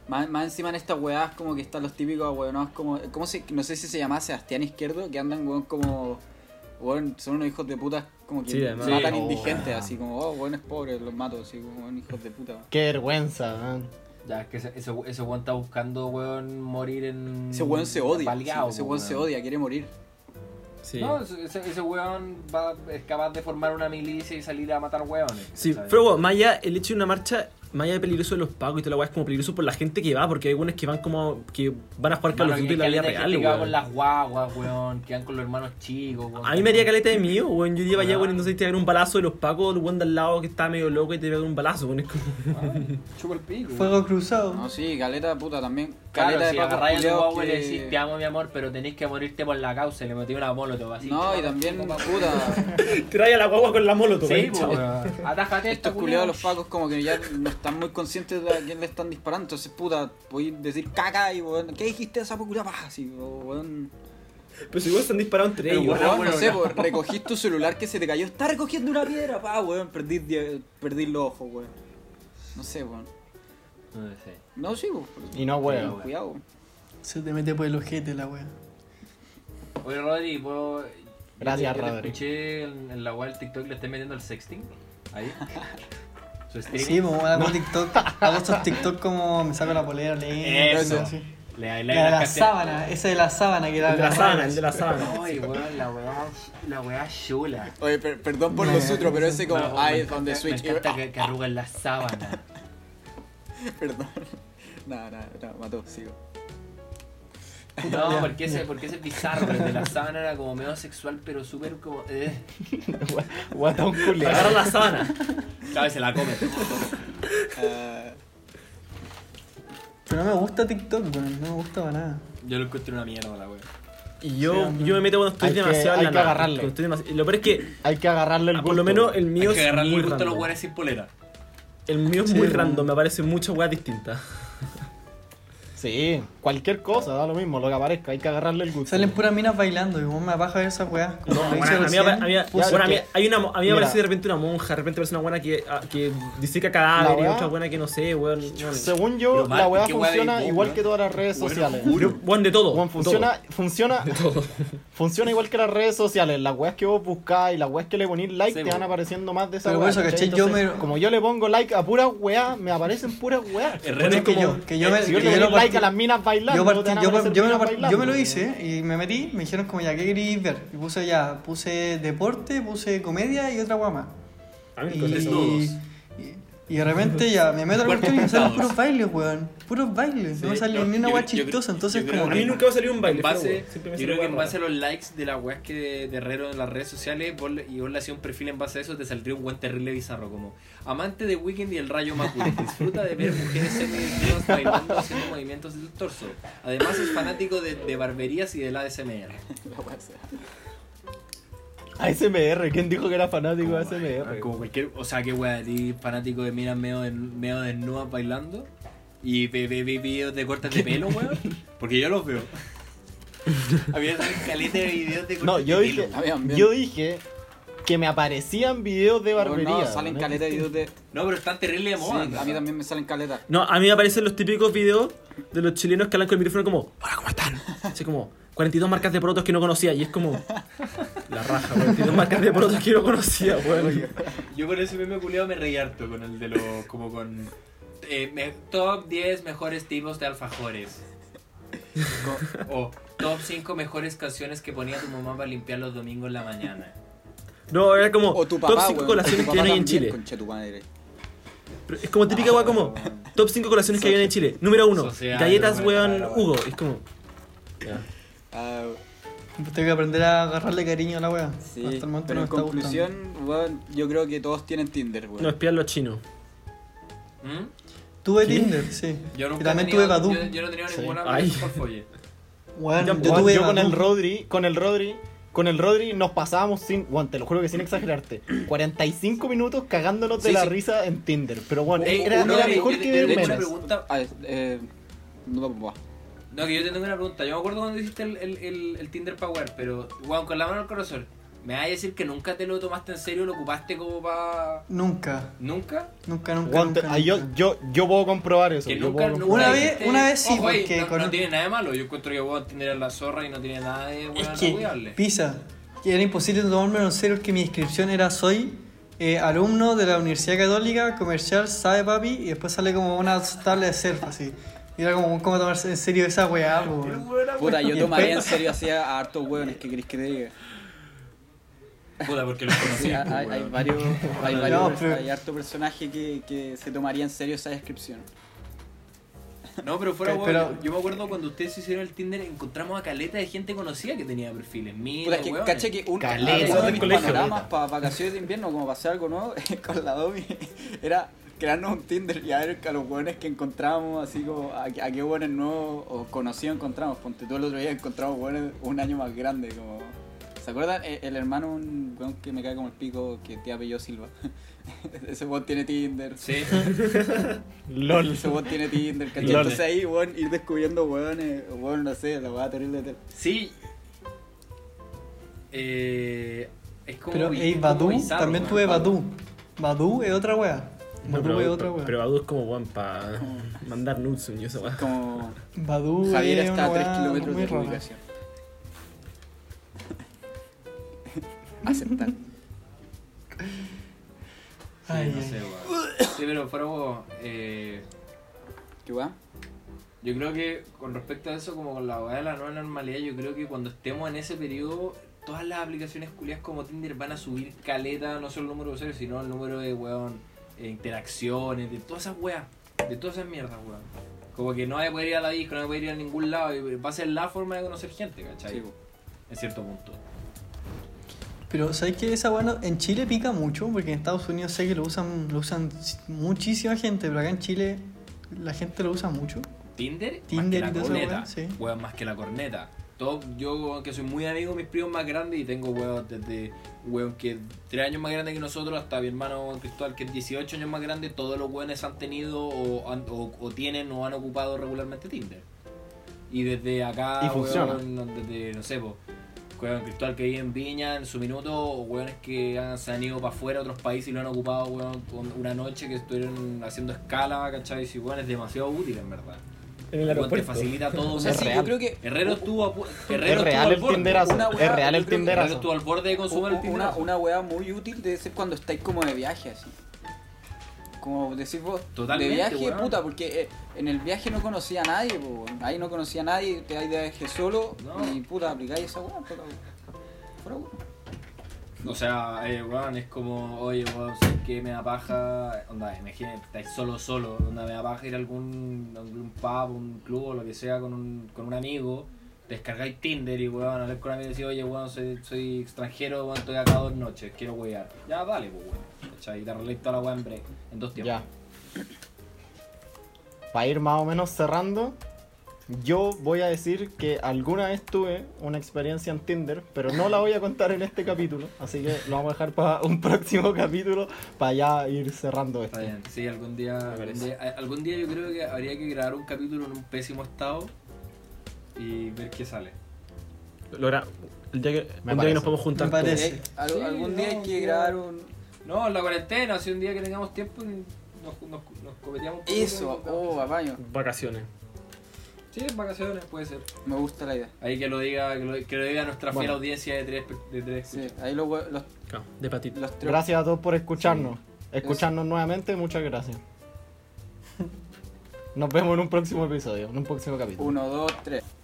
Speaker 1: Más, más encima en estas weas como que están los típicos ahueonados como... ¿cómo se, no sé si se llama Sebastián Izquierdo, que andan weón como... Weón, son unos hijos de puta como que
Speaker 5: Sí, además.
Speaker 1: matan
Speaker 3: Sí.
Speaker 1: indigentes,
Speaker 2: Oh.
Speaker 1: así como, oh, weón es pobre, los mato, así como, weón, hijos de puta.
Speaker 2: Qué vergüenza, man.
Speaker 3: Ya, es que ese, ese, ese weón está buscando, weón, morir en.
Speaker 1: Ese weón se odia,
Speaker 3: baleado,
Speaker 1: sí, ese weón se odia, quiere morir.
Speaker 5: Sí.
Speaker 3: No, ese, ese- ese weón va, es capaz de formar una milicia y salir a matar weones.
Speaker 5: Sí,
Speaker 3: ¿sabes?
Speaker 5: pero bueno, más allá el hecho de una marcha más allá de peligroso de los pagos y toda la weá, es como peligroso por la gente que va, porque hay buenos que van como. que van a jugar Call
Speaker 3: Mano,
Speaker 5: of
Speaker 3: que
Speaker 5: Duty en la
Speaker 3: hay
Speaker 5: vida
Speaker 3: caleta de
Speaker 5: real,
Speaker 3: gente que va con
Speaker 5: weón.
Speaker 3: las guaguas, weón. Quedan con los hermanos chicos, weón.
Speaker 5: A mí me haría caleta de mío, weón. Yo iba allá, weón, entonces te iba a dar un balazo de los pacos, el weón de al lado que estaba medio loco y te iba a dar un balazo, weón. Es como.
Speaker 3: Chupa el pico.
Speaker 4: Fuego cruzado.
Speaker 1: No, sí, caleta puta también.
Speaker 3: Claro,
Speaker 1: Caleta
Speaker 3: si
Speaker 1: de papos
Speaker 3: agarráis a tu
Speaker 1: culiaos
Speaker 3: guagua y le decís, te
Speaker 1: que...
Speaker 3: amo, mi amor, pero tenés que morirte por la causa. Y le metí una molotov así.
Speaker 1: No, y también, puta,
Speaker 5: Trae a la guagua con la molotov,
Speaker 3: Sí,
Speaker 5: weón.
Speaker 3: po, weón. Atájate
Speaker 1: estos culiados los pacos como que ya no están muy conscientes de a quién le están disparando. Entonces, puta, podéis decir caca y, weón, ¿qué dijiste esa popula paja? Así, weón...
Speaker 5: Pero si igual están disparados entre
Speaker 3: Pero,
Speaker 5: ellos.
Speaker 1: Weón,
Speaker 3: Bueno,
Speaker 1: no
Speaker 3: bueno,
Speaker 1: sé,
Speaker 3: no.
Speaker 1: pues, recogís tu celular que se te cayó. Está recogiendo una piedra, pa, weón. Perdí, die- perdí los ojos, weón. No sé, weón.
Speaker 3: No sé.
Speaker 1: No, sí, weón.
Speaker 2: Y no, weón.
Speaker 1: Cuidado. weón.
Speaker 4: Se te mete por el ojete la wea.
Speaker 3: Oye, Rodri, ¿puedo...
Speaker 2: Gracias,
Speaker 3: yo te- yo te
Speaker 2: Rodri.
Speaker 3: escuché en, en la web del TikTok le estén metiendo el sexting. Ahí. Su streaming.
Speaker 4: Sí, pues hago TikTok. Hago estos TikTok como me saco la polera, lento.
Speaker 5: Eh,
Speaker 3: Eso.
Speaker 4: así.
Speaker 3: Le da
Speaker 4: La de la sábana, esa de la sábana que era
Speaker 5: El de la sábana, el de la sábana.
Speaker 3: Ay, weón, la weá, la weá chula.
Speaker 1: Oye, per- perdón por los otros, pero ese como
Speaker 3: No, me
Speaker 1: I
Speaker 3: encanta-
Speaker 1: on the Switch. Ah,
Speaker 3: Me encanta que, que arrugan la sábana.
Speaker 1: Perdón. Nada, nada, nada, mató, sigo.
Speaker 3: No, porque ese, porque ese es bizarro. El de la sábana era como medio sexual, pero súper como. Eh.
Speaker 2: Guatón culiado.
Speaker 5: Agarra la sábana.
Speaker 3: ¿Sabes? Se la come.
Speaker 1: Ah,
Speaker 4: Pero no me gusta TikTok, weón. No me gusta para nada.
Speaker 3: Yo lo encuentro una mierda, la weá.
Speaker 5: Y yo,
Speaker 4: Sí, hombre.
Speaker 5: yo me meto cuando estoy
Speaker 2: Hay que-
Speaker 5: demasiado
Speaker 2: hay
Speaker 5: en
Speaker 2: que
Speaker 5: la nada,
Speaker 2: agarrarle.
Speaker 5: cuando estoy demasiado- y Lo peor es que,
Speaker 2: Hay que agarrarle el
Speaker 5: ah,
Speaker 2: gusto.
Speaker 5: por lo menos, el mío
Speaker 3: Hay que
Speaker 5: es
Speaker 3: agarrarle
Speaker 5: muy
Speaker 3: el gusto a los
Speaker 5: random.
Speaker 3: weones sin polera.
Speaker 5: El mío es
Speaker 4: Sí,
Speaker 5: muy
Speaker 4: bueno.
Speaker 5: random, me aparecen muchas weas distintas.
Speaker 2: Sí, cualquier cosa, da lo mismo, lo que aparezca, hay que agarrarle el gusto.
Speaker 4: Salen puras minas bailando y vos me baja ver esas weas. Como
Speaker 5: No,
Speaker 4: lo hice
Speaker 5: bueno, a mí, apa-
Speaker 4: recién,
Speaker 5: a mí-
Speaker 4: puse-
Speaker 5: bueno, a mí-
Speaker 2: que-
Speaker 5: hay una, mo- a mí me
Speaker 2: Mira.
Speaker 5: aparece de repente una monja, de repente aparece una buena que, a- que diseca cadáveres,
Speaker 2: La wea-
Speaker 5: otra buena que no sé, weón. Bueno,
Speaker 2: Según yo,
Speaker 3: Pero,
Speaker 2: la
Speaker 3: Martín,
Speaker 2: weá
Speaker 3: ¿qué weá
Speaker 2: funciona
Speaker 3: veis vos,
Speaker 2: igual
Speaker 3: weón?
Speaker 2: que todas las redes
Speaker 3: Bueno,
Speaker 2: sociales.
Speaker 3: juro.
Speaker 5: Weón, de todo.
Speaker 2: Weón,
Speaker 5: todo.
Speaker 2: funciona, funciona, funciona igual que las redes sociales. Las weas que vos buscáis, las weas que le ponís like,
Speaker 3: Sí,
Speaker 2: te
Speaker 3: weón.
Speaker 2: van apareciendo más de esa
Speaker 4: Pero
Speaker 2: weá.
Speaker 4: por eso, ¿cachai? Yo me-
Speaker 2: Como yo le pongo like a puras weas, me aparecen puras weas.
Speaker 3: Es
Speaker 4: Bueno,
Speaker 3: raro
Speaker 4: es que
Speaker 3: como-
Speaker 4: yo, que yo me,
Speaker 2: Si yo
Speaker 4: que
Speaker 2: le
Speaker 4: yo
Speaker 2: pongo
Speaker 4: lo
Speaker 2: like
Speaker 4: partí-
Speaker 2: a las minas bailando,
Speaker 4: yo, partí-
Speaker 2: te van a
Speaker 4: yo-
Speaker 2: aparecer
Speaker 4: yo me lo
Speaker 2: minas
Speaker 4: partí- yo me lo
Speaker 2: bailando.
Speaker 4: hice ¿eh? y me metí, me dijeron como ya, ¿qué queréis ver? Y puse ya, puse deporte, puse comedia y otra guama más.
Speaker 5: A mí me
Speaker 4: Y,
Speaker 5: encontré eso.
Speaker 3: desnudos.
Speaker 4: y- y de repente ya me meto al cuestión y me salen puros bailes, weón. Puros bailes. no me sale
Speaker 3: yo-
Speaker 4: ni una
Speaker 3: yo-
Speaker 4: weá
Speaker 3: yo creo-
Speaker 4: chistosa.
Speaker 3: yo
Speaker 4: Entonces,
Speaker 3: creo
Speaker 4: como
Speaker 5: A mí
Speaker 4: que.
Speaker 5: nunca va a salir un baile.
Speaker 3: En
Speaker 5: pero,
Speaker 3: base,
Speaker 5: weón, siempre me
Speaker 3: yo
Speaker 5: sale
Speaker 3: creo que en
Speaker 5: wea
Speaker 3: base a los likes de las weas que de, de Herrero en las redes sociales vos le- y vos le hacías un perfil en base a eso, te saldría un buen terrible bizarro como amante de Weekend y el rayo Macule. Disfruta de ver mujeres semidesnudas bailando haciendo movimientos del torso. Además es fanático de, de barberías y del ASMR.
Speaker 1: la wea sea.
Speaker 2: ASMR, ¿quién dijo que era fanático de ASMR?
Speaker 3: Como cualquier, o sea, qué wea, ti fanático de miras medio, de, medio desnudas bailando y ve ve- ve videos de cortes de pelo, weón. Porque yo los veo. Había caleta de videos de cortes
Speaker 2: No, yo
Speaker 3: de pelo.
Speaker 2: dije,
Speaker 1: Habían bien.
Speaker 2: yo dije que me aparecían videos de
Speaker 1: Weón,
Speaker 2: barbería.
Speaker 1: No, salen
Speaker 2: ¿no?
Speaker 1: caleta de videos de.
Speaker 3: No, pero están terrible de
Speaker 1: Sí,
Speaker 3: moda. ¿no?
Speaker 1: a mí también me salen caleta.
Speaker 5: No, a mí me aparecen los típicos videos de los chilenos que hablan con el micrófono como, hola, ¿cómo están? Así como, 42 marcas de porotos que no conocía. Y es como, la raja, 42 marcas de porotos que no conocía, weón.
Speaker 3: Yo con ese meme culiado me reí harto con el de los. como con. eh, me- top 10 mejores tipos de alfajores. Co- o top 5 mejores canciones que ponía tu mamá para limpiar los domingos en la mañana.
Speaker 5: No, era como,
Speaker 1: O tu
Speaker 5: top
Speaker 1: papá,
Speaker 5: 5
Speaker 1: weón,
Speaker 5: colaciones
Speaker 1: tu
Speaker 5: que
Speaker 1: papá
Speaker 5: hay en
Speaker 1: también,
Speaker 5: Chile.
Speaker 1: concha tu madre.
Speaker 5: Pero es como típica weá como top 5 colaciones que había en Chile. Número 1,
Speaker 3: Social,
Speaker 5: galletas
Speaker 3: weón,
Speaker 5: weón
Speaker 3: claro,
Speaker 5: Hugo. Es como.
Speaker 1: Ah,
Speaker 4: Tengo que aprender a agarrarle cariño a la wea.
Speaker 1: sí.
Speaker 4: Hasta el momento
Speaker 1: Pero
Speaker 4: no
Speaker 1: en
Speaker 4: me está gustando.
Speaker 1: conclusión, weón, yo creo que todos tienen Tinder, weón.
Speaker 5: No, espiar los chinos.
Speaker 3: ¿Mm?
Speaker 4: Tuve
Speaker 5: ¿Qué?
Speaker 4: Tinder, sí.
Speaker 3: Yo nunca
Speaker 4: y también
Speaker 3: tenía-
Speaker 4: tuve Badoo.
Speaker 3: Yo, yo no tenía
Speaker 2: Sí.
Speaker 3: ninguna
Speaker 5: Ay.
Speaker 3: por folle.
Speaker 4: Weón,
Speaker 5: Yo
Speaker 4: yo,
Speaker 2: Juan,
Speaker 4: tuve
Speaker 2: yo con el
Speaker 4: Badoo.
Speaker 2: Rodri, con el Rodri, con el Rodri nos pasábamos sin, Juan, te lo juro que sin exagerarte, 45 minutos cagándonos de
Speaker 1: Sí,
Speaker 2: la
Speaker 1: sí.
Speaker 2: risa en Tinder, pero Juan,
Speaker 3: Eh,
Speaker 2: era,
Speaker 3: no,
Speaker 2: era
Speaker 3: eh,
Speaker 2: mejor
Speaker 3: yo-
Speaker 2: que
Speaker 3: yo
Speaker 2: ver
Speaker 3: tengo una
Speaker 2: memes.
Speaker 3: pregunta.
Speaker 1: Ah, eh, no, buah.
Speaker 3: No, que yo te tengo una pregunta. Yo me acuerdo cuando hiciste el, el, el, el Tinder Power, pero, weón, con la mano al corazón, ¿me vas a decir que nunca te lo tomaste en serio? ¿Lo ocupaste como para.?
Speaker 4: Nunca,
Speaker 3: ¿Nunca?
Speaker 4: nunca, nunca.
Speaker 2: Juan, te-
Speaker 4: nunca,
Speaker 2: ah, yo,
Speaker 4: nunca.
Speaker 2: yo, yo puedo comprobar eso.
Speaker 3: Que
Speaker 2: yo
Speaker 3: nunca,
Speaker 2: puedo
Speaker 3: nunca
Speaker 2: comprobar
Speaker 4: Una
Speaker 2: eso.
Speaker 4: vez-
Speaker 3: dijiste,
Speaker 4: una vez sí,
Speaker 3: "Ojo, ey,
Speaker 4: porque
Speaker 3: no,
Speaker 4: con-
Speaker 3: no tiene nada de malo. Yo encuentro que vos tener a la zorra y no tiene nada de
Speaker 4: Es
Speaker 3: bueno
Speaker 4: que pisa, que era imposible tomármelo en serio que mi inscripción era soy eh, alumno de la Universidad Católica Comercial Sabe Papi y después sale como una tabla de surf así. Y era como cómo tomarse en serio esa weá, po, weón.
Speaker 1: Puta, yo tomaría en serio así a a hartos weones, ¿qué querés que te diga?
Speaker 3: Puta, porque los conocí.
Speaker 1: Sí,
Speaker 3: pues,
Speaker 1: hay, hay
Speaker 3: weón.
Speaker 1: varios, hay,
Speaker 4: No,
Speaker 1: varios
Speaker 4: pero-
Speaker 1: hay harto personaje que, que se tomaría en serio esa descripción.
Speaker 3: No, pero fuera,
Speaker 4: Pero-
Speaker 3: weón, yo- yo me acuerdo cuando ustedes hicieron el Tinder, encontramos a caleta de gente conocida que tenía perfiles. Mira,
Speaker 1: Puta, es que
Speaker 3: weón.
Speaker 1: caché que un,
Speaker 2: Caleta,
Speaker 1: uno de
Speaker 5: del
Speaker 1: mis
Speaker 5: colegio.
Speaker 1: panoramas para vacaciones de invierno, como para hacer algo nuevo, eh, con la Domi, era crearnos un Tinder y a ver a los hueones que encontrábamos, así como a, a qué hueones nuevos o conocidos encontramos. Ponte tú el otro día encontramos hueones un año más grande, como... ¿Se acuerdan? Eh, El, el hermano, un hueón que me cae como el pico, que te apellido Silva. Ese hueón tiene Tinder.
Speaker 3: Sí.
Speaker 5: LOL.
Speaker 1: Ese weón tiene Tinder, ¿cachai?
Speaker 5: Lol.
Speaker 1: Entonces ahí, weón, ir descubriendo weones, weón, no sé, la weá terrible. ter-
Speaker 3: Sí. Eh, es como.
Speaker 4: Pero,
Speaker 3: bi-
Speaker 4: hey,
Speaker 3: como
Speaker 4: Badu,
Speaker 3: bizarro,
Speaker 4: también
Speaker 3: weón.
Speaker 4: tuve Badu. Badu es otra wea.
Speaker 5: No,
Speaker 4: Badu
Speaker 5: pero,
Speaker 4: es otra
Speaker 5: pero
Speaker 4: wea.
Speaker 5: Badu es como weón para mandar nudes y esa weá.
Speaker 1: Como
Speaker 4: Badu
Speaker 1: Javier
Speaker 4: es
Speaker 1: está
Speaker 4: una
Speaker 1: a 3
Speaker 4: wea
Speaker 1: kilómetros
Speaker 4: muy
Speaker 1: de tu
Speaker 4: rara.
Speaker 1: ubicación. Aceptar.
Speaker 3: Sí,
Speaker 4: Ay,
Speaker 3: no
Speaker 4: ay.
Speaker 3: sé, weón. Sí, pero fuera, weón, eh,
Speaker 1: ¿Qué weá?
Speaker 3: Yo creo que con respecto a eso, como con la weá de la nueva normalidad, yo creo que cuando estemos en ese periodo, todas las aplicaciones culiadas como Tinder van a subir caleta, no solo el número de usuarios, sino el número de weón, eh, interacciones, de todas esas weas, de todas esas mierdas, weón. Como que no hay a poder ir a la disco, no hay a poder ir a ningún lado, y va a ser la forma de conocer gente, ¿cachai?
Speaker 1: Sí, po.
Speaker 3: en cierto punto.
Speaker 4: Pero ¿sabes qué? Esa wea no- en Chile pica mucho, porque en Estados Unidos sé que lo usan, lo usan muchísima gente, pero acá en Chile la gente lo usa mucho.
Speaker 3: Tinder,
Speaker 4: Tinder
Speaker 3: más
Speaker 4: y
Speaker 3: que la
Speaker 4: toda esa
Speaker 3: corneta,
Speaker 4: weá, sí.
Speaker 3: weón, más que la corneta. Todo, yo weón, que soy muy amigo de mis primos más grandes y tengo weón desde weón que es tres años más grande que nosotros hasta mi hermano Cristóbal que es 18 años más grande, todos los weones han tenido o, han- o- o tienen o han ocupado regularmente Tinder. Y desde acá,
Speaker 2: Y funciona.
Speaker 3: weón, no- desde, no sé, po, weón Cristóbal que vive en Viña en su minuto, o weones que han, se han ido para afuera a otros países y lo han ocupado, weón, con una noche que estuvieron haciendo escala, ¿cachai? Y weón, es demasiado útil en verdad.
Speaker 5: En el
Speaker 3: Weón, te
Speaker 5: aeropuerto.
Speaker 3: facilita todo.
Speaker 1: O sea,
Speaker 2: Es
Speaker 1: sí, yo
Speaker 2: real.
Speaker 1: creo que
Speaker 3: Herrero estuvo a pu- Herrero
Speaker 2: Es
Speaker 3: estuvo
Speaker 2: real
Speaker 3: al
Speaker 2: el
Speaker 3: borde.
Speaker 2: tinderazo.
Speaker 1: Una
Speaker 2: Es
Speaker 1: weá, yo
Speaker 2: real el
Speaker 1: creo que-
Speaker 3: Herrero
Speaker 2: tinderazo.
Speaker 3: estuvo al borde de consumir el
Speaker 1: una,
Speaker 3: tinderazo.
Speaker 1: una weá muy útil debe ser cuando estáis como de viaje así. Como decís vos,
Speaker 3: Totalmente,
Speaker 1: de viaje,
Speaker 3: weón.
Speaker 1: puta, porque eh, en el viaje no conocía a nadie, po, weón. ahí no conocía a nadie, te hay de viaje solo
Speaker 3: No.
Speaker 1: y puta, aplicáis esa weá, puta, weón. Fuera, weón.
Speaker 3: O sea, eh, weón, es como, oye, weón, ¿sabes qué? Me da paja. Onda, imagínate, estáis solo, solo. Onda, me da paja ir a algún, algún pub, un club o lo que sea con un, con un amigo. Descargáis Tinder y, weón, hablar con un amigo y decís, oye, weón, soy, soy extranjero, weón, estoy acá dos noches, quiero wear. Ya, dale, pues, weón. ¿Cachai? Y te arreglé toda la weón en, break, en dos tiempos.
Speaker 2: Ya. Para ir más o menos cerrando, yo voy a decir que alguna vez tuve una experiencia en Tinder, pero no la voy a contar en este capítulo, así que lo vamos a dejar para un próximo capítulo para ya ir cerrando esto.
Speaker 3: Está bien, sí, algún día, algún
Speaker 5: parece.
Speaker 3: día, a- algún día yo creo que habría que grabar un capítulo en un pésimo estado y ver qué sale.
Speaker 5: Logra, el día que, un día que
Speaker 2: parece.
Speaker 5: nos podemos juntar.
Speaker 4: Me parece.
Speaker 1: Eh, al-
Speaker 3: Sí,
Speaker 1: algún día hay
Speaker 3: no,
Speaker 1: que
Speaker 3: yo-
Speaker 1: grabar un,
Speaker 3: No, en la cuarentena, si un día que tengamos tiempo nos, nos, nos cometeamos un poco.
Speaker 1: Eso, oh, apaño.
Speaker 5: todos. Vacaciones.
Speaker 3: Sí, en vacaciones puede ser.
Speaker 1: Me gusta la idea.
Speaker 3: Ahí que lo diga, que lo, que lo diga nuestra fiel
Speaker 2: Bueno.
Speaker 3: audiencia de tres, espe- de tres
Speaker 1: Sí, ahí los, hue- los,
Speaker 5: Claro, de patito.
Speaker 1: los tres.
Speaker 2: Gracias a todos por escucharnos. Escucharnos nuevamente, muchas gracias. Nos vemos en un próximo episodio, en un próximo capítulo.
Speaker 1: Uno, dos, tres.